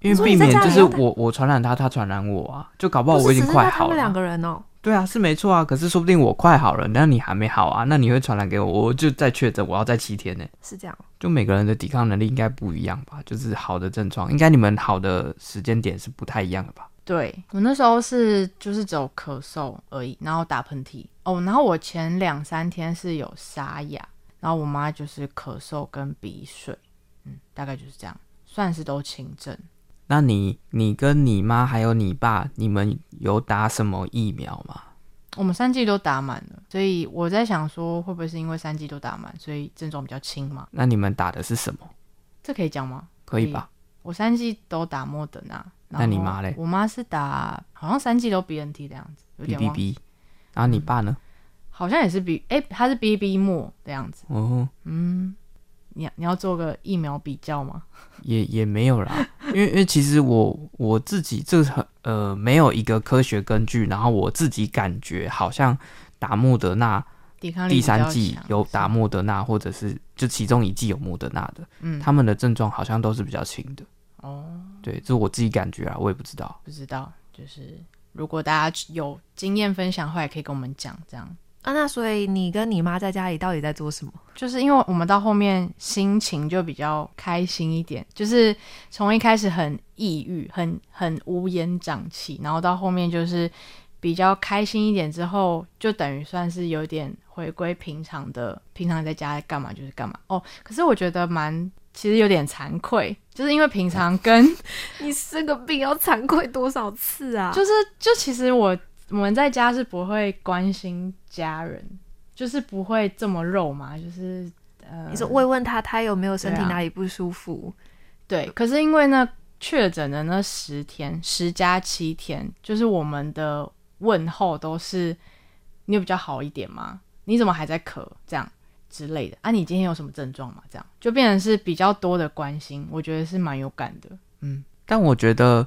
Speaker 3: 因
Speaker 2: 你
Speaker 3: 为
Speaker 2: 说
Speaker 3: 避
Speaker 2: 你在
Speaker 3: 免
Speaker 2: 家
Speaker 3: 就
Speaker 2: 里
Speaker 3: 是
Speaker 2: 有戴
Speaker 3: 我我传染他，他传染我啊，就搞不好
Speaker 2: 不
Speaker 3: 我
Speaker 2: 是
Speaker 3: 已
Speaker 2: 只
Speaker 3: 经
Speaker 2: 是
Speaker 3: 快
Speaker 2: 那他
Speaker 3: 好
Speaker 2: 们两
Speaker 3: 了。
Speaker 2: 个人哦，
Speaker 3: 对啊，是没错啊，可是说不定我快好了，那你还没好啊，那你会传染给我，我就再确诊，我要再七天呢、
Speaker 2: 是这样。
Speaker 3: 就每个人的抵抗能力应该不一样吧？就是好的症状，应该你们好的时间点是不太一样的吧？
Speaker 1: 对我那时候是就是只有咳嗽而已，然后打喷嚏哦，然后我前两三天是有沙哑，然后我妈就是咳嗽跟鼻水，嗯，大概就是这样，算是都轻症。
Speaker 3: 那你、你跟你妈还有你爸，你们有打什么疫苗吗？
Speaker 1: 我们三剂都打满了，所以我在想说，会不会是因为三剂都打满，所以症状比较轻嘛？
Speaker 3: 那你们打的是什么？
Speaker 1: 这可以讲吗？
Speaker 3: 可以吧？
Speaker 1: 我三剂都打莫德纳，然后
Speaker 3: 那你妈嘞
Speaker 1: 我妈是打好像三剂都 BNT 的样子，有
Speaker 3: 哔
Speaker 1: 点
Speaker 3: 哔
Speaker 1: 忘，
Speaker 3: 哔。然后你爸呢？
Speaker 1: 好像也是 B，哎、她是 BB 末的样子。
Speaker 3: 哦，
Speaker 1: 嗯，你要你要做个疫苗比较吗？
Speaker 3: 也也没有啦，因为因为其实我我自己这是很呃没有一个科学根据，然后我自己感觉好像打莫德纳
Speaker 1: 抵抗力
Speaker 3: 第
Speaker 1: 比较
Speaker 3: 三季
Speaker 1: 强
Speaker 3: 有打，莫德纳，或者是就其中一季有莫德纳的，
Speaker 1: 嗯，
Speaker 3: 他们的症状好像都是比较轻的。
Speaker 1: 哦，
Speaker 3: 对，这是我自己感觉啊，我也不知道。
Speaker 1: 不知道，就是如果大家有经验分享的话，也可以跟我们讲，这样。
Speaker 2: 啊，那所以你跟你妈在家里到底在做什么？
Speaker 1: 就是因为我们到后面心情就比较开心一点，就是从一开始很抑郁、很很乌烟瘴气，然后到后面就是比较开心一点之后，就等于算是有点回归平常的，平常在家干嘛就是干嘛哦。可是我觉得蛮，其实有点惭愧，就是因为平常跟
Speaker 2: [LAUGHS] 你生个病要惭愧多少次啊
Speaker 1: 就是就其实我我们在家是不会关心家人，就是不会这么肉麻，就是呃，
Speaker 2: 你说慰问他，他有没有身体
Speaker 1: 对啊
Speaker 2: 哪里不舒服？
Speaker 1: 对，可是因为呢，确诊的那十天，十加七天，就是我们的问候都是你有比较好一点吗？你怎么还在咳？这样之类的啊？你今天有什么症状吗？这样就变成是比较多的关心，我觉得是蛮有感的。
Speaker 3: 但我觉得，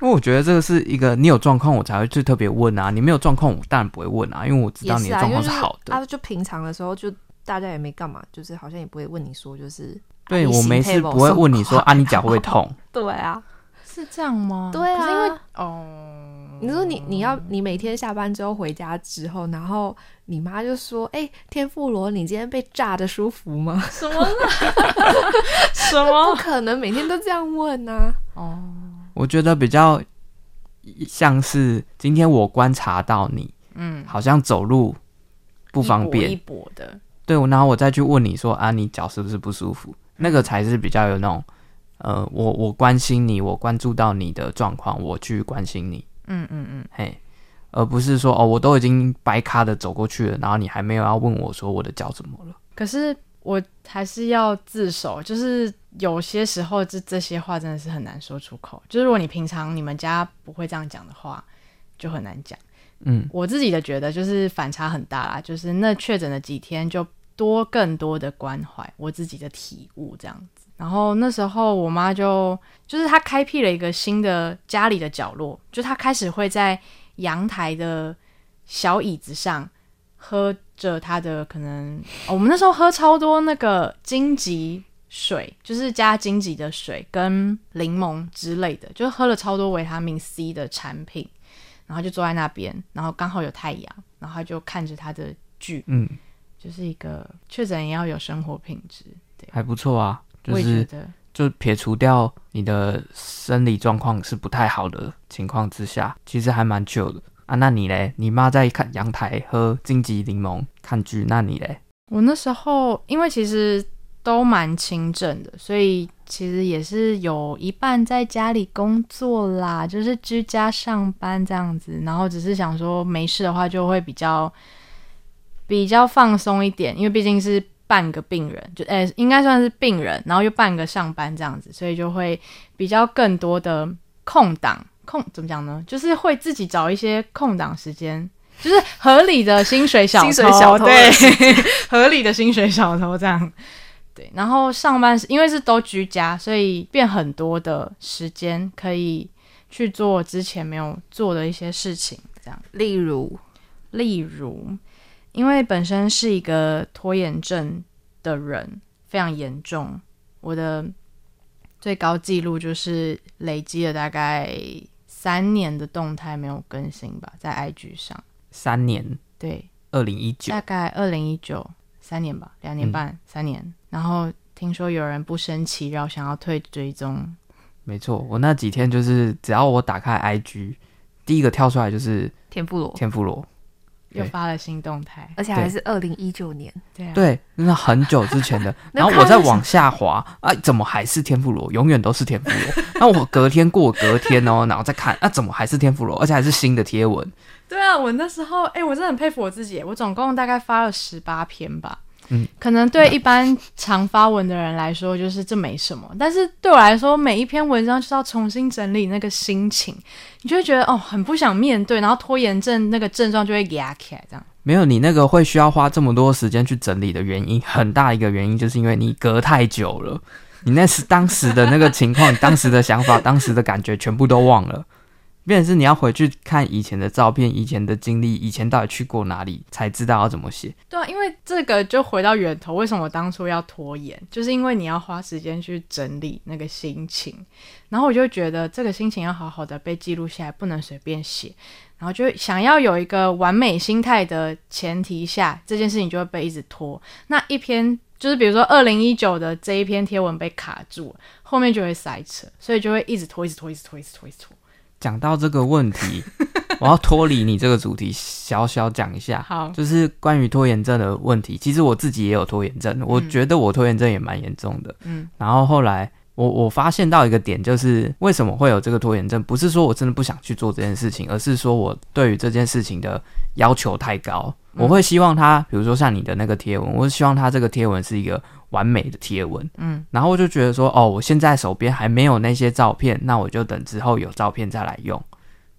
Speaker 3: 因为我觉得这个是一个你有状况我才会去特别问啊，你没有状况我当然不会问啊，因为我知
Speaker 2: 也
Speaker 3: 道你
Speaker 2: 是
Speaker 3: 的
Speaker 2: 啊，
Speaker 3: 状
Speaker 2: 因为就
Speaker 3: 况
Speaker 2: 是
Speaker 3: 好的。
Speaker 2: 啊，就平常的时候就大家也没干嘛，就是好像也不会问你说就是
Speaker 3: 对
Speaker 2: 啊你
Speaker 3: 我
Speaker 2: 心
Speaker 3: 没
Speaker 2: 配
Speaker 3: 事
Speaker 2: 不
Speaker 3: 不会
Speaker 2: 送
Speaker 3: 问你
Speaker 2: [LAUGHS]
Speaker 3: 说
Speaker 2: 快
Speaker 3: 啊，你脚会不会痛？
Speaker 2: 对啊，
Speaker 1: 是这样吗？
Speaker 2: 对啊
Speaker 1: 可是 [LAUGHS] 因为哦，
Speaker 2: 你说你你要你每天下班之后回家之后，然后你妈就说：“哎、天妇罗，你今天被炸的舒服吗 [LAUGHS]
Speaker 1: 什么啦？什？”
Speaker 2: 不
Speaker 1: 么？
Speaker 2: 可能每天都这样问啊！
Speaker 1: 哦，
Speaker 3: 我觉得比较像是今天我观察到你
Speaker 1: 嗯，
Speaker 3: 好像走路不
Speaker 1: 不
Speaker 3: 方
Speaker 1: 一
Speaker 3: 便，
Speaker 1: 搏一搏的，
Speaker 3: 对，然后我再去问你说啊，你脚是不是不舒
Speaker 1: 嗯
Speaker 3: 服？那个才是比较有那种呃，我我关心你，我关注到你的状况，我去关心你，
Speaker 1: 嗯嗯嗯，
Speaker 3: 嘿。而不是说哦，我都已经白咖的走过去了，然后你还没有要问我说我的脚怎么了？
Speaker 1: 可是我还是要自首，就是有些时候这这些话真的是很难说出口。就是如果你平常你们家不会这样讲的话，就很难讲。
Speaker 3: 嗯，
Speaker 1: 我自己的觉得就是反差很大啦，就是那确诊的几天就多更多的关怀我自己的体悟这样子。然后那时候我妈就就是她开辟了一个新的家里的角落，就她开始会在阳台的小椅子上喝着她的可能、哦我们那时候喝超多那个荆棘水，就是加荆棘的水跟柠檬之类的，就喝了超多维他命 C 的产品。然后就坐在那边，然后刚好有太阳，然后他就看着他的剧，
Speaker 3: 嗯，
Speaker 1: 就是一个确诊也要有生活品质，对，
Speaker 3: 还不错啊，就
Speaker 1: 我也觉
Speaker 3: 是
Speaker 1: 得，
Speaker 3: 就撇除掉你的生理状况是不太好的情况之下，其实还蛮 chill 的啊。那你嘞？你妈在看阳台喝荆棘柠檬看剧，那你嘞？
Speaker 1: 我那时候因为其实都蛮轻症的，所以其实也是有一半在家里工作啦，就是居家上班这样子，然后只是想说没事的话就会比较比较放松一点，因为毕竟是半个病人，就呃、应该算是病人，然后又半个上班这样子，所以就会比较更多的空档空怎么讲呢？就是会自己找一些空档时间。就是合理的薪水小偷，
Speaker 2: 薪水小偷
Speaker 1: 对， [LAUGHS] 合理的薪水小偷这样。对，然后上班时因为是都居家，所以变很多的时间可以去做之前没有做的一些事情，这样。
Speaker 2: 例如，
Speaker 1: 例如，因为本身是一个拖延症的人，非常严重，我的最高记录就是累积了大概三年的动态没有更新吧，在 IG 上，
Speaker 3: 三年，
Speaker 1: 对，
Speaker 3: 二零一九
Speaker 1: 大，概二零一九三年吧，两年半、三年。然后听说有人不生气，然后想要退追踪，
Speaker 3: 没错。我那几天就是只要我打开 IG，第一个跳出来就是
Speaker 2: 天妇罗，
Speaker 3: 天妇罗，
Speaker 1: 又发了新动态，
Speaker 2: 而且还是二零一九年，
Speaker 1: 对啊，
Speaker 3: 对，那很久之前的。
Speaker 2: 那
Speaker 3: 然后
Speaker 2: 看
Speaker 3: 我
Speaker 2: 了
Speaker 3: 再
Speaker 2: 就想
Speaker 3: 往下滑，啊，怎么还是天妇罗？永远都是天妇罗。 [LAUGHS] 那我隔天过隔天哦，然后再看，啊，怎么还是天妇罗？而且还是新的贴文。
Speaker 1: 对啊，我那时候，哎、我真的很佩服我自己，我总共大概发了十八篇吧。
Speaker 3: 嗯，
Speaker 1: 可能对一般常发文的人来说，就是这没什么，但是对我来说，每一篇文章就是要重新整理那个心情，你就会觉得哦，很不想面对，然后拖延症那个症状就会压起来，这样。
Speaker 3: 没有，你那个会需要花这么多时间去整理的原因，很大一个原因就是因为你隔太久了，你那时当时的那个情况、你当时的想法、当时的感觉全部都忘了，变成是你要回去看以前的照片、以前的经历、以前到底去过哪里，才知道要怎么写。
Speaker 1: 对啊，因为这个就回到源头，为什么我当初要拖延，就是因为你要花时间去整理那个心情，然后我就觉得这个心情要好好的被记录下来，不能随便写，然后就想要有一个完美心态的前提下，这件事情就会被一直拖。那一篇就是比如说二零一九的这一篇贴文被卡住，后面就会塞车，所以就会一直拖，一直拖，一直拖，一直拖，一直拖。
Speaker 3: 讲到这个问题，我要脱离你这个主题，小小讲一下，
Speaker 1: 好，
Speaker 3: 就是关于拖延症的问题。其实我自己也有拖延症，我觉得我拖延症也蛮严重的。
Speaker 1: 嗯，
Speaker 3: 然后后来我我发现到一个点，就是为什么会有这个拖延症，不是说我真的不想去做这件事情，而是说我对于这件事情的要求太高。
Speaker 1: 嗯
Speaker 3: 我会希望它，比如说像你的那个贴文，我希望它这个贴文是一个完美的贴文。
Speaker 1: 嗯，
Speaker 3: 然后我就觉得说，哦，我现在手边还没有那些照片，那我就等之后有照片再来用，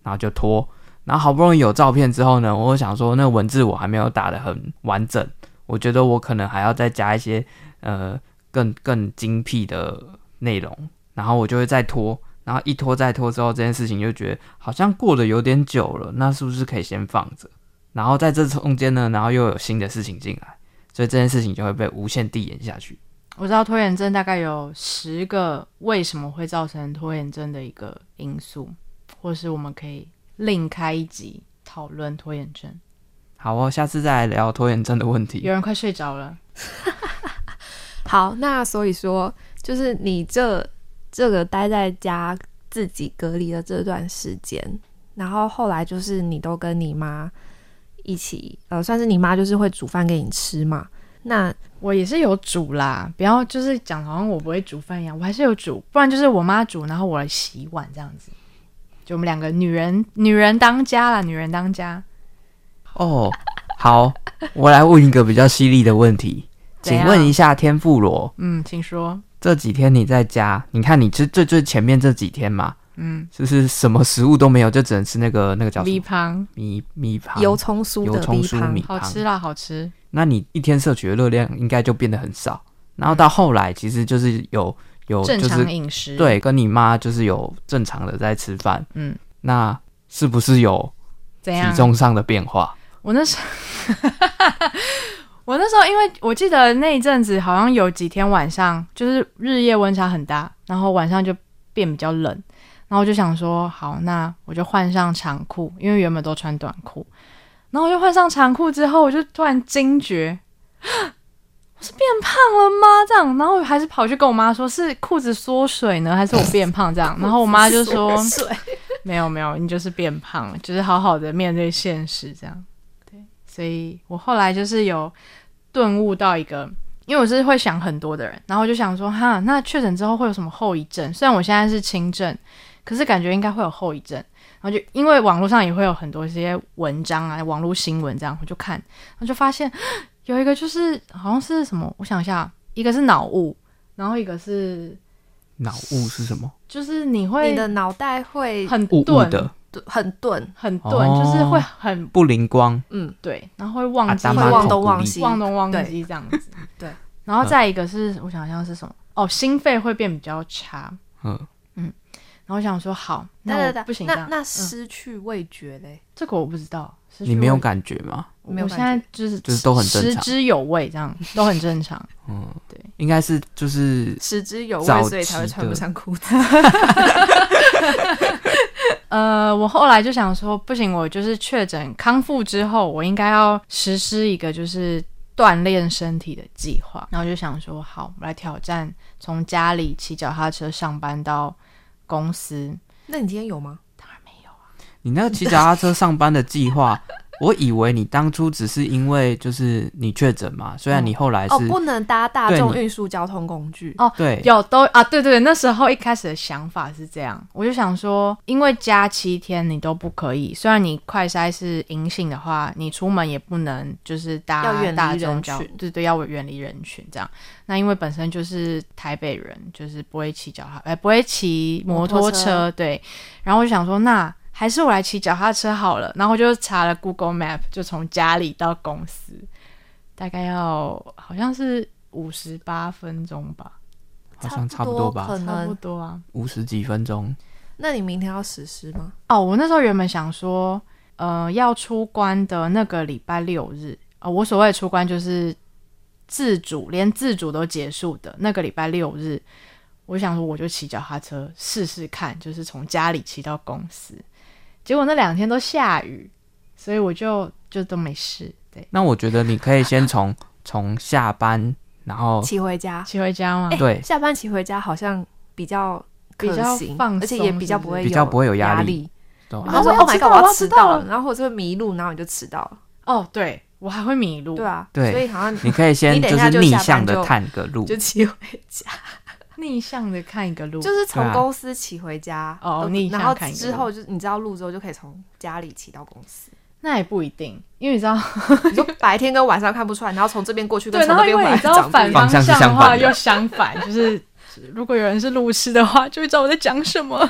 Speaker 3: 然后就拖。然后好不容易有照片之后呢，我想说那文字我还没有打得很完整，我觉得我可能还要再加一些呃更更精辟的内容，然后我就会再拖，然后一拖再拖之后，这件事情就觉得好像过得有点久了，那是不是可以先放着？然后在这中间呢，然后又有新的事情进来，所以这件事情就会被无限递延下去。
Speaker 1: 我知道拖延症大概有十个为什么会造成拖延症的一个因素，或是我们可以另开一集讨论拖延症。
Speaker 3: 好哦，下次再来聊拖延症的问题
Speaker 1: 有。人快睡着
Speaker 3: 嗯
Speaker 1: 了，
Speaker 2: 好，那所以说，就是你这这个待在家自己隔离的这段时间，然后后来就是你都跟你妈一起，呃，算是你妈就是会煮饭给你吃嘛。那
Speaker 1: 我也是有煮啦，不要就是讲好像我不会煮饭一样，我还是有煮，不然就是我妈煮，然后我来洗碗这样子。就我们两个女人，女人当家啦，女人当家。
Speaker 3: 哦，好，我来问一个比较犀利的问题，
Speaker 1: [LAUGHS] 怎
Speaker 3: 请
Speaker 1: 样
Speaker 3: 问一下天妇罗，
Speaker 1: 嗯，请说。
Speaker 3: 这几天你在家，你看你吃最最前面这几天嘛，
Speaker 1: 嗯，
Speaker 3: 就是什么食物都没有，就只能吃那个那个叫什
Speaker 1: 米
Speaker 3: 么
Speaker 1: 汤
Speaker 3: 米米汤
Speaker 2: 油葱酥
Speaker 3: 油
Speaker 2: 的
Speaker 3: 葱
Speaker 2: 米
Speaker 3: 酥
Speaker 2: 汤
Speaker 3: 米，
Speaker 1: 好
Speaker 3: 汤
Speaker 1: 吃，啦，好吃。
Speaker 3: 那你一天摄取的热量应该就变得很少。然后到后来，其实就是有有
Speaker 1: 正
Speaker 3: 哦就是
Speaker 1: 常饮食。，
Speaker 3: 对，跟你妈就是有正常的在吃饭，
Speaker 1: 嗯，
Speaker 3: 那是不是有
Speaker 1: 怎
Speaker 3: 体
Speaker 1: 样？
Speaker 3: 重上的变化？
Speaker 1: 我那时候， [LAUGHS] 我那时候，因为我记得那一阵子好像有几天晚上就是日夜温差很大，然后晚上就变比较冷，然后我就想说，好，那我就换上长裤，因为原本都穿短裤，然后我就换上长裤之后，我就突然惊觉。 [GASPS] 我是变胖了吗？这样，然后我还是跑去跟我妈说，是裤子缩水呢，还是我变胖这样？然后我妈就
Speaker 2: [LAUGHS]
Speaker 1: 说，没有没有，你就是变胖了，就是好好的面对现实这样。对，所以我后来就是有顿悟到一个，因为我是会想很多的人，然后我就想说，哈，那确诊之后会有什么后遗症？虽然我现在是轻症，可是感觉应该会有后遗症。然后就因为网络上也会有很多一些文章啊，网络新闻这样，我就看，然后就发现呃有一个就是好像是什么，我想一下，一个是脑雾，然后一个是
Speaker 3: 脑雾是什么？
Speaker 1: 就是你
Speaker 2: 你
Speaker 1: 会
Speaker 2: 的脑袋会
Speaker 1: 很
Speaker 3: 雾雾
Speaker 1: 钝，
Speaker 3: 的，
Speaker 2: 很钝，
Speaker 1: 很钝，
Speaker 3: 哦啊
Speaker 1: 就是会很
Speaker 3: 不灵光，
Speaker 2: 嗯，
Speaker 1: 对，然后会忘记
Speaker 3: 阿达妈
Speaker 2: 会忘
Speaker 3: 头
Speaker 2: 东
Speaker 3: 骨
Speaker 2: 忘
Speaker 3: 力
Speaker 2: 西，
Speaker 1: 忘东忘
Speaker 2: 对
Speaker 1: 西这样子。
Speaker 2: 对，
Speaker 1: 然后再一个是、我想象是什么？哦，心肺会变比较差。
Speaker 3: 嗯，
Speaker 1: 然后我想说好，那
Speaker 2: 对对对，
Speaker 1: 我不行这
Speaker 2: 那
Speaker 1: 样，嗯
Speaker 2: 那失去味觉嘞，
Speaker 1: 这个我不知道。失去
Speaker 3: 你没有
Speaker 1: 味
Speaker 3: 感觉吗？
Speaker 1: 我
Speaker 2: 没有
Speaker 1: 我
Speaker 2: 感
Speaker 1: 现在
Speaker 2: 觉
Speaker 1: 就是
Speaker 3: 就是都很正
Speaker 1: 食
Speaker 3: 常
Speaker 1: 之有味，这样都很正常。
Speaker 3: 应该是就是
Speaker 2: 食之有
Speaker 3: 早
Speaker 2: 味，所以才会
Speaker 3: 期
Speaker 2: 穿不
Speaker 3: 的
Speaker 2: 上裤子。 [LAUGHS]
Speaker 1: 呃，我后来就想说，不行，我就是确诊康复之后，我应该要实施一个就是锻炼身体的计划。然后就想说，好，我来挑战从家里骑脚踏车上班到公司。
Speaker 2: 那你今天有吗？
Speaker 3: 你那个骑脚踏车上班的计划， [LAUGHS] 我以为你当初只是因为就是你确诊嘛，虽然你后来是、
Speaker 2: 哦，不能搭大
Speaker 3: 对
Speaker 2: 众
Speaker 3: 你
Speaker 2: 运输交通工具。
Speaker 1: 哦
Speaker 3: 对
Speaker 1: 有都啊，对对对，那时候一开始的想法是这样，我就想说，因为加七天你都不可以，虽然你快筛是阴性的话，你出门也不能就是搭
Speaker 2: 要远离
Speaker 1: 大众
Speaker 2: 人
Speaker 1: 交
Speaker 2: 群，
Speaker 1: 对对，要远离人群这样。那因为本身就是台北人，就是不会骑脚踏，哎、不会骑摩托
Speaker 2: 摩托
Speaker 1: 车，对。然后我就想说，那还是我来骑脚踏车好了。然后我就查了 Google Map，就从家里到公司，大概要好像是五十八分钟吧。
Speaker 3: 好像差不多吧
Speaker 2: 可
Speaker 1: 差不
Speaker 2: 能。
Speaker 1: 多啊。
Speaker 3: 五十几分钟，
Speaker 2: 那你明天要实施吗？
Speaker 1: 哦，我那时候原本想说，呃，要出关的那个礼拜六日啊、呃我所谓的出关就是自主，连自主都结束的那个礼拜六日，我想说我就骑脚踏车试试看，就是从家里骑到公司。结果那两天都下雨，所以我就就都没事。对，
Speaker 3: 那我觉得你可以先从从下班，然后
Speaker 2: 骑回家，
Speaker 1: 骑回家嘛，
Speaker 2: 哎
Speaker 3: 对
Speaker 2: 下班骑回家好像比较可
Speaker 1: 比较
Speaker 2: 行
Speaker 1: 放
Speaker 2: 而且
Speaker 1: 松
Speaker 2: 也比较
Speaker 1: 是不是哦
Speaker 2: 不会
Speaker 3: 比较不会有压
Speaker 2: 压
Speaker 3: 力。走
Speaker 2: 然后
Speaker 1: 我
Speaker 2: 说
Speaker 1: 要
Speaker 2: Oh my
Speaker 1: 迟到
Speaker 2: god，
Speaker 1: 了我要
Speaker 2: 迟
Speaker 1: 迟
Speaker 2: 到
Speaker 1: 到
Speaker 2: 了，然后我就会迷路，然后你就迟到了。
Speaker 1: 哦，对我还会迷路，
Speaker 2: 对啊，
Speaker 3: 对
Speaker 2: 所以好像
Speaker 3: 你可以先
Speaker 2: 你等一
Speaker 3: 是
Speaker 2: 下就
Speaker 3: 逆
Speaker 2: 下班
Speaker 3: 向的
Speaker 2: 就
Speaker 3: 探个路
Speaker 2: 就，骑回家，
Speaker 1: 逆向的看一个路，
Speaker 2: 就是
Speaker 3: 对
Speaker 2: 从
Speaker 3: 啊
Speaker 2: 公司骑回家，
Speaker 1: 哦
Speaker 2: 呃
Speaker 1: 逆向
Speaker 2: 然后
Speaker 1: 看一个
Speaker 2: 之后就你知道路之后就可以从家里骑到公司，
Speaker 1: 那也不一定，因为你知道。[LAUGHS]
Speaker 2: 你就白天跟晚上看不出来，然后从这边过去跟
Speaker 1: 对，
Speaker 2: 从
Speaker 1: 然
Speaker 2: 那
Speaker 1: 后
Speaker 2: 边
Speaker 1: 因
Speaker 2: 回
Speaker 1: 为
Speaker 2: 来
Speaker 1: 你知道
Speaker 2: 长不哦一
Speaker 1: 反
Speaker 2: 样
Speaker 1: 方向的话
Speaker 3: 方向是相反的
Speaker 1: 又相反， [LAUGHS] 就是如果有人是路痴的话，就会知道我在讲什 [LAUGHS] 么。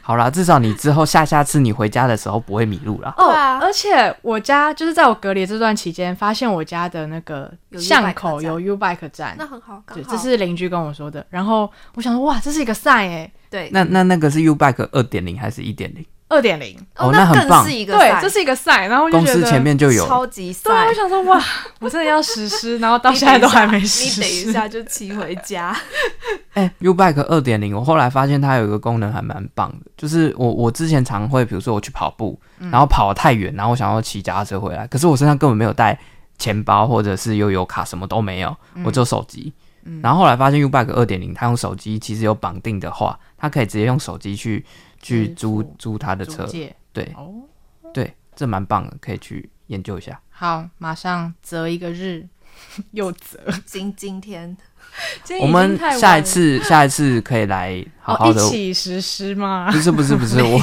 Speaker 3: 好啦，至少你之后下下次你回家的时候不会迷路啦。
Speaker 2: 对啊
Speaker 1: 哦而且我家就是在我隔离这段期间，发现我家的那个
Speaker 2: 有 U-bike
Speaker 1: 巷口
Speaker 2: 站
Speaker 1: 有 U bike 站
Speaker 2: 那，很好，刚
Speaker 1: 对，
Speaker 2: 好
Speaker 1: 这是邻居跟我说的。然后我想说，哇，这是一个 sign 哎，
Speaker 2: 对，
Speaker 3: 那那那个是 U Bike 二点零还是一点零？
Speaker 1: 二点零，
Speaker 3: 哦那
Speaker 2: 那
Speaker 3: 很棒
Speaker 2: 更是一个
Speaker 1: 对，
Speaker 2: 赛，
Speaker 1: 这是一个 sign。然后我就
Speaker 3: 公
Speaker 1: 觉得
Speaker 3: 司前面就有了，
Speaker 2: 超级赛
Speaker 1: 对，。啊我想说，哇，我真的要实施，
Speaker 2: [LAUGHS]
Speaker 1: 然后到
Speaker 2: 你
Speaker 1: 现在都
Speaker 2: 等一下
Speaker 1: 还没实施。
Speaker 2: [LAUGHS] 你等一下就骑回
Speaker 1: [LAUGHS]
Speaker 2: 家，
Speaker 3: 哎、u Bike 二点零，我后来发现它有一个功能还蛮棒的，就是我我之前常会，比如说我去跑步，
Speaker 1: 嗯
Speaker 3: 然后跑得太远，然后我想要骑脚踏车回来，可是我身上根本没有带钱包或者是悠游卡，什么都没有，
Speaker 1: 嗯
Speaker 3: 我只有手机。然后后来发现 U Bike 二点零，它用手机其实有绑定的话，它可以直接用手机去去
Speaker 1: 支付
Speaker 3: 租租它的
Speaker 1: 租
Speaker 3: 车，
Speaker 1: 借
Speaker 3: 对
Speaker 1: 哦，
Speaker 3: 对，这蛮棒的，可以去研究一下。
Speaker 1: 好，马上择一个日， [LAUGHS] 又择。
Speaker 2: 今今天
Speaker 1: 今天已
Speaker 3: 我
Speaker 1: 经
Speaker 3: 们
Speaker 1: 太晚
Speaker 3: 下一
Speaker 1: 了
Speaker 3: 次下一次可以来好
Speaker 1: 哦，
Speaker 3: 好
Speaker 1: 一
Speaker 3: 的，
Speaker 1: 起实施吗？ [LAUGHS]
Speaker 3: 不是不是不是我。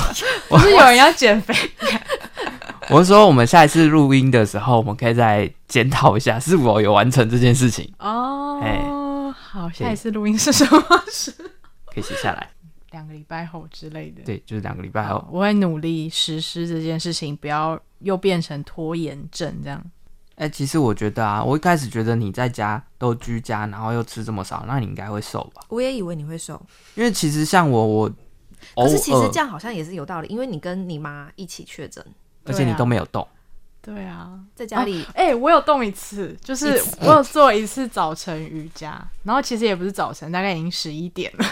Speaker 1: 不是有人要减 [LAUGHS] 肥？
Speaker 3: [LAUGHS] 我是说，我们下一次录音的时候，我们可以再检讨一下，是否有完成这件事情，
Speaker 1: 哎哦，好，
Speaker 3: 对
Speaker 1: 下一次录音是什么 [LAUGHS] 时候？
Speaker 3: 可以写下来。
Speaker 1: 两个礼拜后之类的。
Speaker 3: [LAUGHS] 对，就是两个礼拜
Speaker 1: 好，
Speaker 3: 后。
Speaker 1: 我会努力实施这件事情，不要又变成拖延症这样。
Speaker 3: 哎、其实我觉得啊，我一开始觉得你在家都居家，然后又吃这么少，那你应该会瘦吧？
Speaker 2: 我也以为你会瘦，
Speaker 3: 因为其实像我，我偶
Speaker 2: 可是
Speaker 3: 尔，
Speaker 2: 其实这样好像也是有道理，因为你跟你妈一起确诊，
Speaker 3: 而
Speaker 2: 啊
Speaker 3: 且你都没有动。
Speaker 1: 对啊，
Speaker 2: 在家里
Speaker 1: 哎、我有动一次，就是我有做一次早晨瑜伽，然后其实也不是早晨，大概已经十一点了。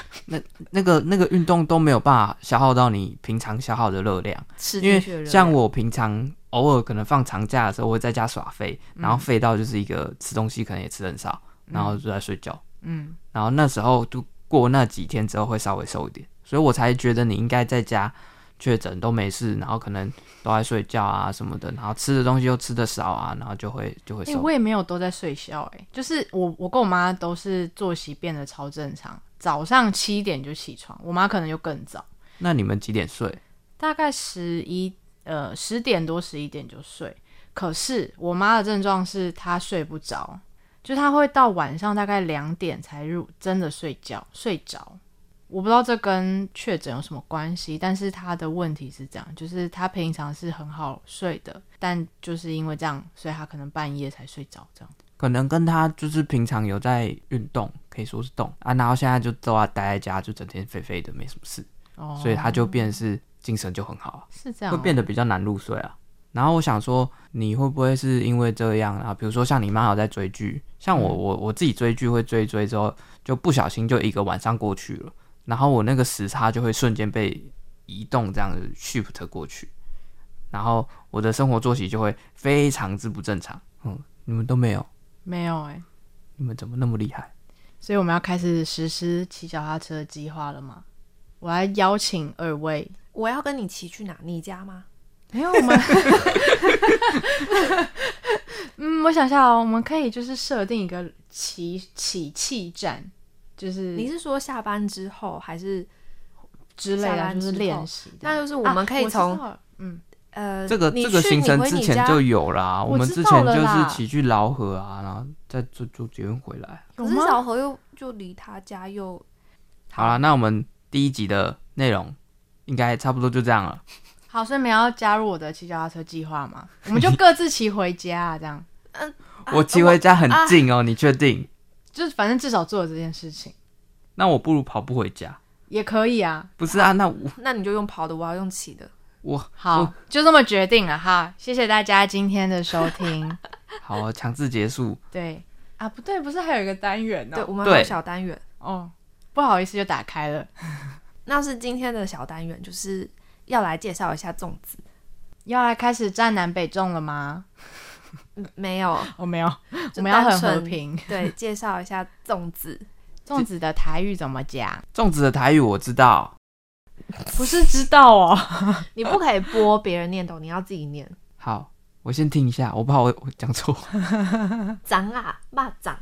Speaker 3: 那个那个运动都没有办法消耗到你平常消耗的热量，
Speaker 2: 吃
Speaker 3: 因
Speaker 2: 进去的
Speaker 3: 为
Speaker 2: 热
Speaker 3: 像
Speaker 2: 量
Speaker 3: 我平常偶尔可能放长假的时候，我会在家耍废，
Speaker 2: 嗯
Speaker 3: 然后废到就是一个吃东西可能也吃得很少，然后就在睡觉。
Speaker 1: 嗯，
Speaker 3: 然后那时候就过那几天之后会稍微瘦一点，所以我才觉得你应该在家确诊都没事，然后可能都在睡觉啊什么的，然后吃的东西又吃的少啊，然后就会就会
Speaker 1: 哎、
Speaker 3: 瘦。
Speaker 1: 我也没有都在睡觉、哎，就是我我跟我妈都是作息变得超正常，早上七点就起床，我妈可能就更早。
Speaker 3: 那你们几点睡？
Speaker 1: 大概十一呃十点多十一点就睡。可是我妈的症状是她睡不着，就她会到晚上大概两点才入真的睡觉睡着。我不知道这跟确诊有什么关系，但是她的问题是这样，就是她平常是很好睡的，但就是因为这样，所以她可能半夜才睡着这样。
Speaker 3: 可能跟他就是平常有在运动，可以说是动啊，然后现在就都要待在家，就整天肥肥的，没什么事，
Speaker 1: 哦，
Speaker 3: 所以他就变得是精神就很好啊。
Speaker 1: 是
Speaker 2: 嗯
Speaker 1: 这样、
Speaker 3: 会变得比较难入睡啊。然后我想说，你会不会是因为这样啊？比如说像你妈有在追剧，像
Speaker 2: 嗯
Speaker 3: 我我我自己追剧会追一追之后，就不小心就一个晚上过去了，然后我那个时差就会瞬间被移动这样子 shift 过去，然后我的生活作息就会非常之不正常。嗯，你们都没有，
Speaker 1: 没有哎、
Speaker 3: 你们怎么那么厉害？
Speaker 1: 所以我们要开始实施骑脚踏车的计划了吗？我来邀请二位
Speaker 2: 我要跟你骑去哪？你家吗？
Speaker 1: 没有我们， [LAUGHS] 嗯，我想一下哦，我们可以就是设定一个起起气站，就是
Speaker 2: 你是说下班之后还是？
Speaker 1: 之类
Speaker 2: 下
Speaker 1: 的，
Speaker 2: 班
Speaker 1: 就是
Speaker 2: 之后
Speaker 1: 练习这样。
Speaker 2: 那就是我们可以
Speaker 1: 啊
Speaker 2: 从、
Speaker 1: 我知道了嗯，
Speaker 2: 呃
Speaker 3: 这个
Speaker 2: 你
Speaker 3: 这个
Speaker 2: 去
Speaker 3: 行程
Speaker 2: 你回
Speaker 3: 之
Speaker 2: 你
Speaker 3: 前
Speaker 2: 家
Speaker 3: 就有啦，
Speaker 1: 我
Speaker 3: 我们
Speaker 1: 知
Speaker 3: 之
Speaker 1: 道
Speaker 3: 前
Speaker 1: 了
Speaker 3: 就
Speaker 1: 啦
Speaker 3: 是起去劳河啊，然后再坐坐捷运回来。
Speaker 1: 有
Speaker 2: 可是
Speaker 1: 吗
Speaker 2: 小何又就离他家
Speaker 3: [GASPS]
Speaker 2: 又
Speaker 3: 好啦，那我们第一集的内容应该差不多就这样了。
Speaker 1: 好，所以你们要加入我的骑脚踏车计划吗？我们就各自骑回家、啊，这样 [LAUGHS]
Speaker 2: 啊
Speaker 1: 啊
Speaker 3: 我骑
Speaker 2: 呃
Speaker 3: 回家很近哦，你确定？
Speaker 1: 就是反正至少做了这件事情
Speaker 3: 那我不如跑步回家。
Speaker 1: 也可以啊。
Speaker 3: 不是啊，那我
Speaker 2: 那你就用跑的，我要用骑的。
Speaker 3: 我
Speaker 1: 好
Speaker 2: 嗯
Speaker 3: 我，
Speaker 1: 就这么决定了哈。谢谢大家今天的收
Speaker 2: [LAUGHS]
Speaker 1: 听。
Speaker 3: 好强制结束。
Speaker 1: 对啊，不对，不是还有一个单元呢、
Speaker 2: 对，我们
Speaker 3: 对
Speaker 2: 还有小单元。
Speaker 1: 哦，不好意思，就打开了。
Speaker 2: 那是今天的小单元，就是要来介绍一下粽子。
Speaker 1: 要来开始站南北中了吗？
Speaker 2: 嗯没 [LAUGHS] 有，
Speaker 1: 我、哦没有，我
Speaker 2: 就
Speaker 1: 们要很
Speaker 2: 单
Speaker 1: 和
Speaker 2: 纯
Speaker 1: 平。
Speaker 2: 对，介绍一下粽 [LAUGHS] 子。
Speaker 1: 粽子的台语怎么讲？
Speaker 3: 粽子的台语我知道，
Speaker 1: 不是知道哦。
Speaker 2: 你不可以播别人念懂，你要自己 [LAUGHS] 念。
Speaker 3: 好，我先听一下，我怕我我讲错。
Speaker 2: 长啊，蚂蚱，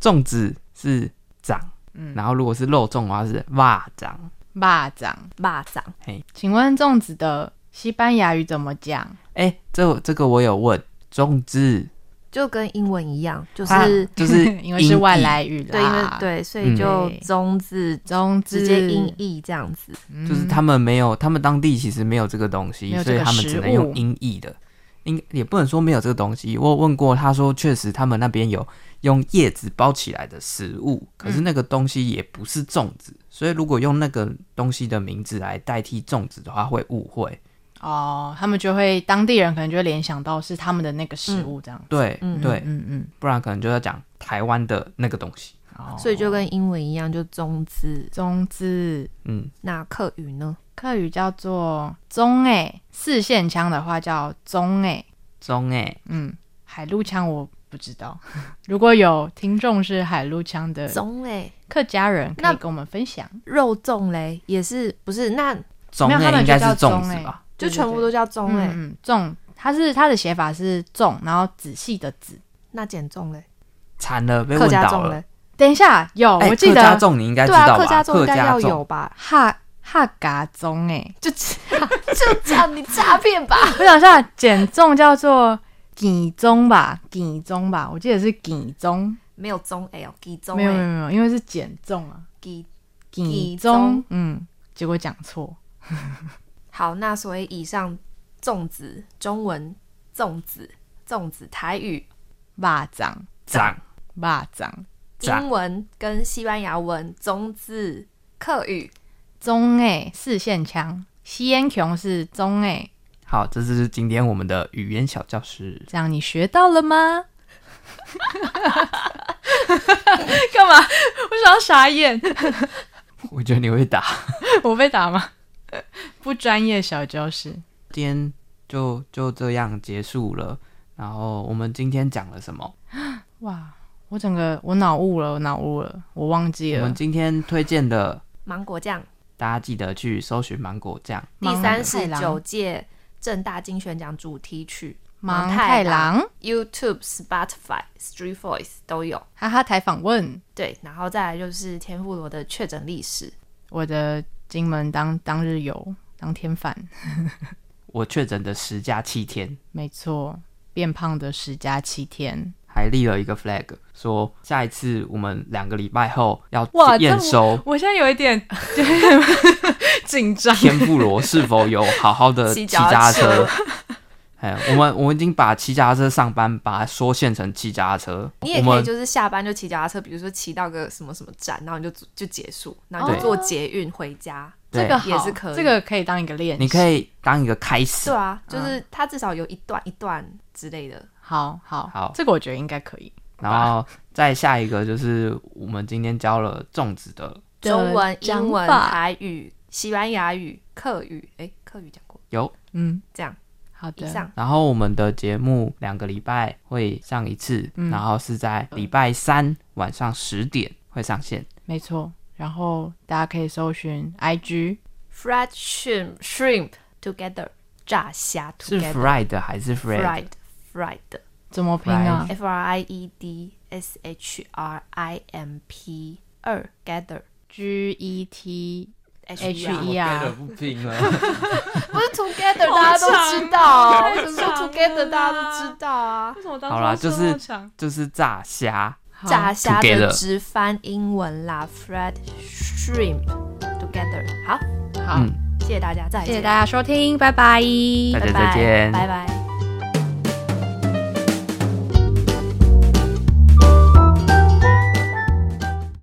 Speaker 3: 粽子是长，
Speaker 1: 嗯，
Speaker 3: 然后如果是肉粽的话是袜长，
Speaker 1: 蚂蚱。
Speaker 2: 蚂蚱，
Speaker 1: 请问粽子的西班牙语怎么讲？
Speaker 3: 哎、这这个我有问，粽子
Speaker 2: 就跟英文一样，就是、
Speaker 3: 它
Speaker 1: [LAUGHS]
Speaker 3: 就是
Speaker 1: 因为是外
Speaker 3: 音译
Speaker 1: 来语啦，
Speaker 2: 对，因为对，所以
Speaker 3: 嗯
Speaker 2: 就
Speaker 1: 对
Speaker 2: 粽子
Speaker 1: 粽子
Speaker 2: 直接音译这样子。
Speaker 1: 嗯
Speaker 3: 就是他们没有，他们当地其实没有这个东
Speaker 1: 没
Speaker 3: 西，
Speaker 1: 有这
Speaker 3: 所
Speaker 1: 个
Speaker 3: 以他们只能用音译的。应也不能说没有这个东西，我有问过，他说确实他们那边有用叶子包起来的食物，可是那个东西也不是粽子，所以如果用那个东西的名字来代替粽子的话，会误会。
Speaker 1: 哦，他们就会当地人可能就会联想到是他们的那个食物这样。
Speaker 3: 对、
Speaker 2: 嗯
Speaker 3: 对，
Speaker 1: 嗯嗯，
Speaker 3: 不然可能就要讲台湾的那个东西。
Speaker 1: 哦，
Speaker 2: 所以就跟英文一样，就中字。
Speaker 1: 粽子，
Speaker 3: 嗯，
Speaker 2: 那客语呢？
Speaker 1: 客语叫做棕诶，四线腔的话叫棕诶，
Speaker 3: 中哎、
Speaker 1: 嗯，海陆腔我不知道， [LAUGHS] 如果有听众是海陆腔的
Speaker 2: 中哎，
Speaker 1: 客家人，可
Speaker 2: 那
Speaker 1: 以跟我们分享。
Speaker 2: 肉粽嘞，也是不是？那
Speaker 3: 中
Speaker 1: 没有他
Speaker 3: 哎
Speaker 1: 们
Speaker 3: 应该
Speaker 1: 就叫
Speaker 3: 是粽
Speaker 1: 中欸
Speaker 3: 子吧？
Speaker 2: 就
Speaker 1: 对
Speaker 2: 全部
Speaker 1: 对
Speaker 2: 都叫中
Speaker 3: 欸
Speaker 2: 哎、
Speaker 1: 嗯嗯，粽，它是它的写法是粽，然后仔细的仔。
Speaker 2: 那减重嘞，
Speaker 3: 惨了，被
Speaker 2: 客
Speaker 3: 问
Speaker 2: 家
Speaker 3: 倒
Speaker 2: 粽
Speaker 3: 了
Speaker 2: 嘞。，
Speaker 1: 等一下，有、
Speaker 3: 哎
Speaker 1: 哦我记
Speaker 3: 客家
Speaker 1: 得
Speaker 3: 粽你应该知
Speaker 2: 对啊，
Speaker 3: 道吧？
Speaker 2: 客家粽应该要
Speaker 3: 粽
Speaker 2: 有吧？
Speaker 1: 哈哈嘎粽哎、
Speaker 2: 就 [LAUGHS] 就这样，你诈骗吧？
Speaker 1: 我想一下，减重叫做减重吧，减重吧，我记得是减重，
Speaker 2: 没有中哎哦，给
Speaker 3: 欸
Speaker 2: 中
Speaker 1: 没有没有
Speaker 2: 哎，
Speaker 1: 没有，因为是减重啊，
Speaker 2: 给
Speaker 1: 减
Speaker 2: 减
Speaker 1: 重
Speaker 2: 重，
Speaker 1: 嗯，结果讲错，
Speaker 2: 好。那所以以上粽子中文粽子粽子台语
Speaker 1: 霸掌
Speaker 3: 长
Speaker 1: 霸掌，
Speaker 3: 长
Speaker 2: 英文跟西班牙文中字客语
Speaker 1: 中诶四线腔，吸烟穷是中诶，
Speaker 3: 好，这就是今天我们的语言小教室。 [LAUGHS]
Speaker 1: 这样你学到了吗？ [LAUGHS] 干嘛？我想要傻眼，
Speaker 3: 我觉得你会打，
Speaker 1: 我被打吗？不专业小教室，
Speaker 3: 今天就就这样结束了。然后我们今天讲了什么？
Speaker 1: 哇！我整个我脑雾了，我脑雾了，我忘记
Speaker 3: 我
Speaker 1: 了
Speaker 3: 们。今天推荐的，
Speaker 2: 芒果酱。
Speaker 3: 大家记得去搜寻芒果酱。
Speaker 2: 第
Speaker 1: 芒
Speaker 2: 三
Speaker 1: 太
Speaker 2: 十
Speaker 1: 郎
Speaker 2: 九届正大金选奖主题曲，
Speaker 1: 芒
Speaker 2: 芒
Speaker 1: 太
Speaker 2: 太
Speaker 1: 郎，
Speaker 2: YouTube、Spotify、Street Voice 都有。
Speaker 1: 哈哈台访问
Speaker 2: 对，然后再来就是天妇罗的确诊历史。
Speaker 1: 我的金门当当日游当天饭，
Speaker 3: 我确诊的十加七天，
Speaker 1: 没错，变胖的十加七天，
Speaker 3: 还立了一个 flag，说下一次我们两个礼拜后要
Speaker 1: 哇这
Speaker 3: 验收
Speaker 1: 我现在有一点 [LAUGHS] 紧张
Speaker 3: 天妇罗是否有好好
Speaker 2: [LAUGHS]
Speaker 3: 的
Speaker 2: 骑
Speaker 3: 呃骑
Speaker 2: 脚
Speaker 3: 脚踏
Speaker 2: 踏
Speaker 3: 车。 [LAUGHS] 哎，我们我们已经把骑脚踏车上班把它缩限成骑脚踏车，
Speaker 2: [LAUGHS] 你也
Speaker 3: 我
Speaker 2: 可以
Speaker 3: 们
Speaker 2: 就是下班就骑脚踏车，比如说骑到个什么什么站，然后你就就结束，然后你就
Speaker 1: 对
Speaker 2: 坐捷运回家。
Speaker 1: 这
Speaker 3: 对
Speaker 1: 个好
Speaker 2: 也是可以
Speaker 1: 这个嗯可以当一个练习。
Speaker 3: 你可以当一个开始
Speaker 2: 对。啊，就是它至少有一段一段之类的。
Speaker 1: 好好
Speaker 3: 好
Speaker 1: 这个我觉得应该可以。
Speaker 3: 然后再下一个就是我们今天教了粽子的，
Speaker 2: 中文、
Speaker 1: 讲法
Speaker 2: 英文、台语、西班牙语、客语，哎，客语讲过。
Speaker 1: 嗯，
Speaker 2: 这样，
Speaker 1: 好的
Speaker 2: 以，上
Speaker 3: 然后我们的节目两个礼拜会上一次，
Speaker 1: 嗯
Speaker 3: 然后是在礼拜三晚上十点会上线。
Speaker 1: 没错。然后大家可以搜寻 IG
Speaker 2: fried shrimp shrimp together。炸虾
Speaker 3: 是
Speaker 2: together
Speaker 3: fried 还是
Speaker 2: fried fried
Speaker 1: 怎么拼啊？
Speaker 2: f r i e d s h r i m p E 二 gather
Speaker 1: G E T
Speaker 2: h
Speaker 1: H
Speaker 2: e
Speaker 1: E
Speaker 2: 啊，
Speaker 3: 我
Speaker 1: R，
Speaker 3: 不拼了，
Speaker 2: 不是 together 大家都知道，为什么说
Speaker 1: 太长了
Speaker 2: together 大家都知道啊？
Speaker 1: 为什么当
Speaker 3: 好啦初就是那么就是炸虾。
Speaker 2: 炸虾的
Speaker 3: Together
Speaker 2: 直翻英文啦，fried shrimp together。好，
Speaker 1: 好，
Speaker 3: 嗯，
Speaker 2: 谢谢大家，再见，
Speaker 1: 谢谢大家收听，拜拜，
Speaker 3: 大家
Speaker 2: 拜
Speaker 3: 再
Speaker 2: 拜，
Speaker 3: 见
Speaker 2: 拜拜。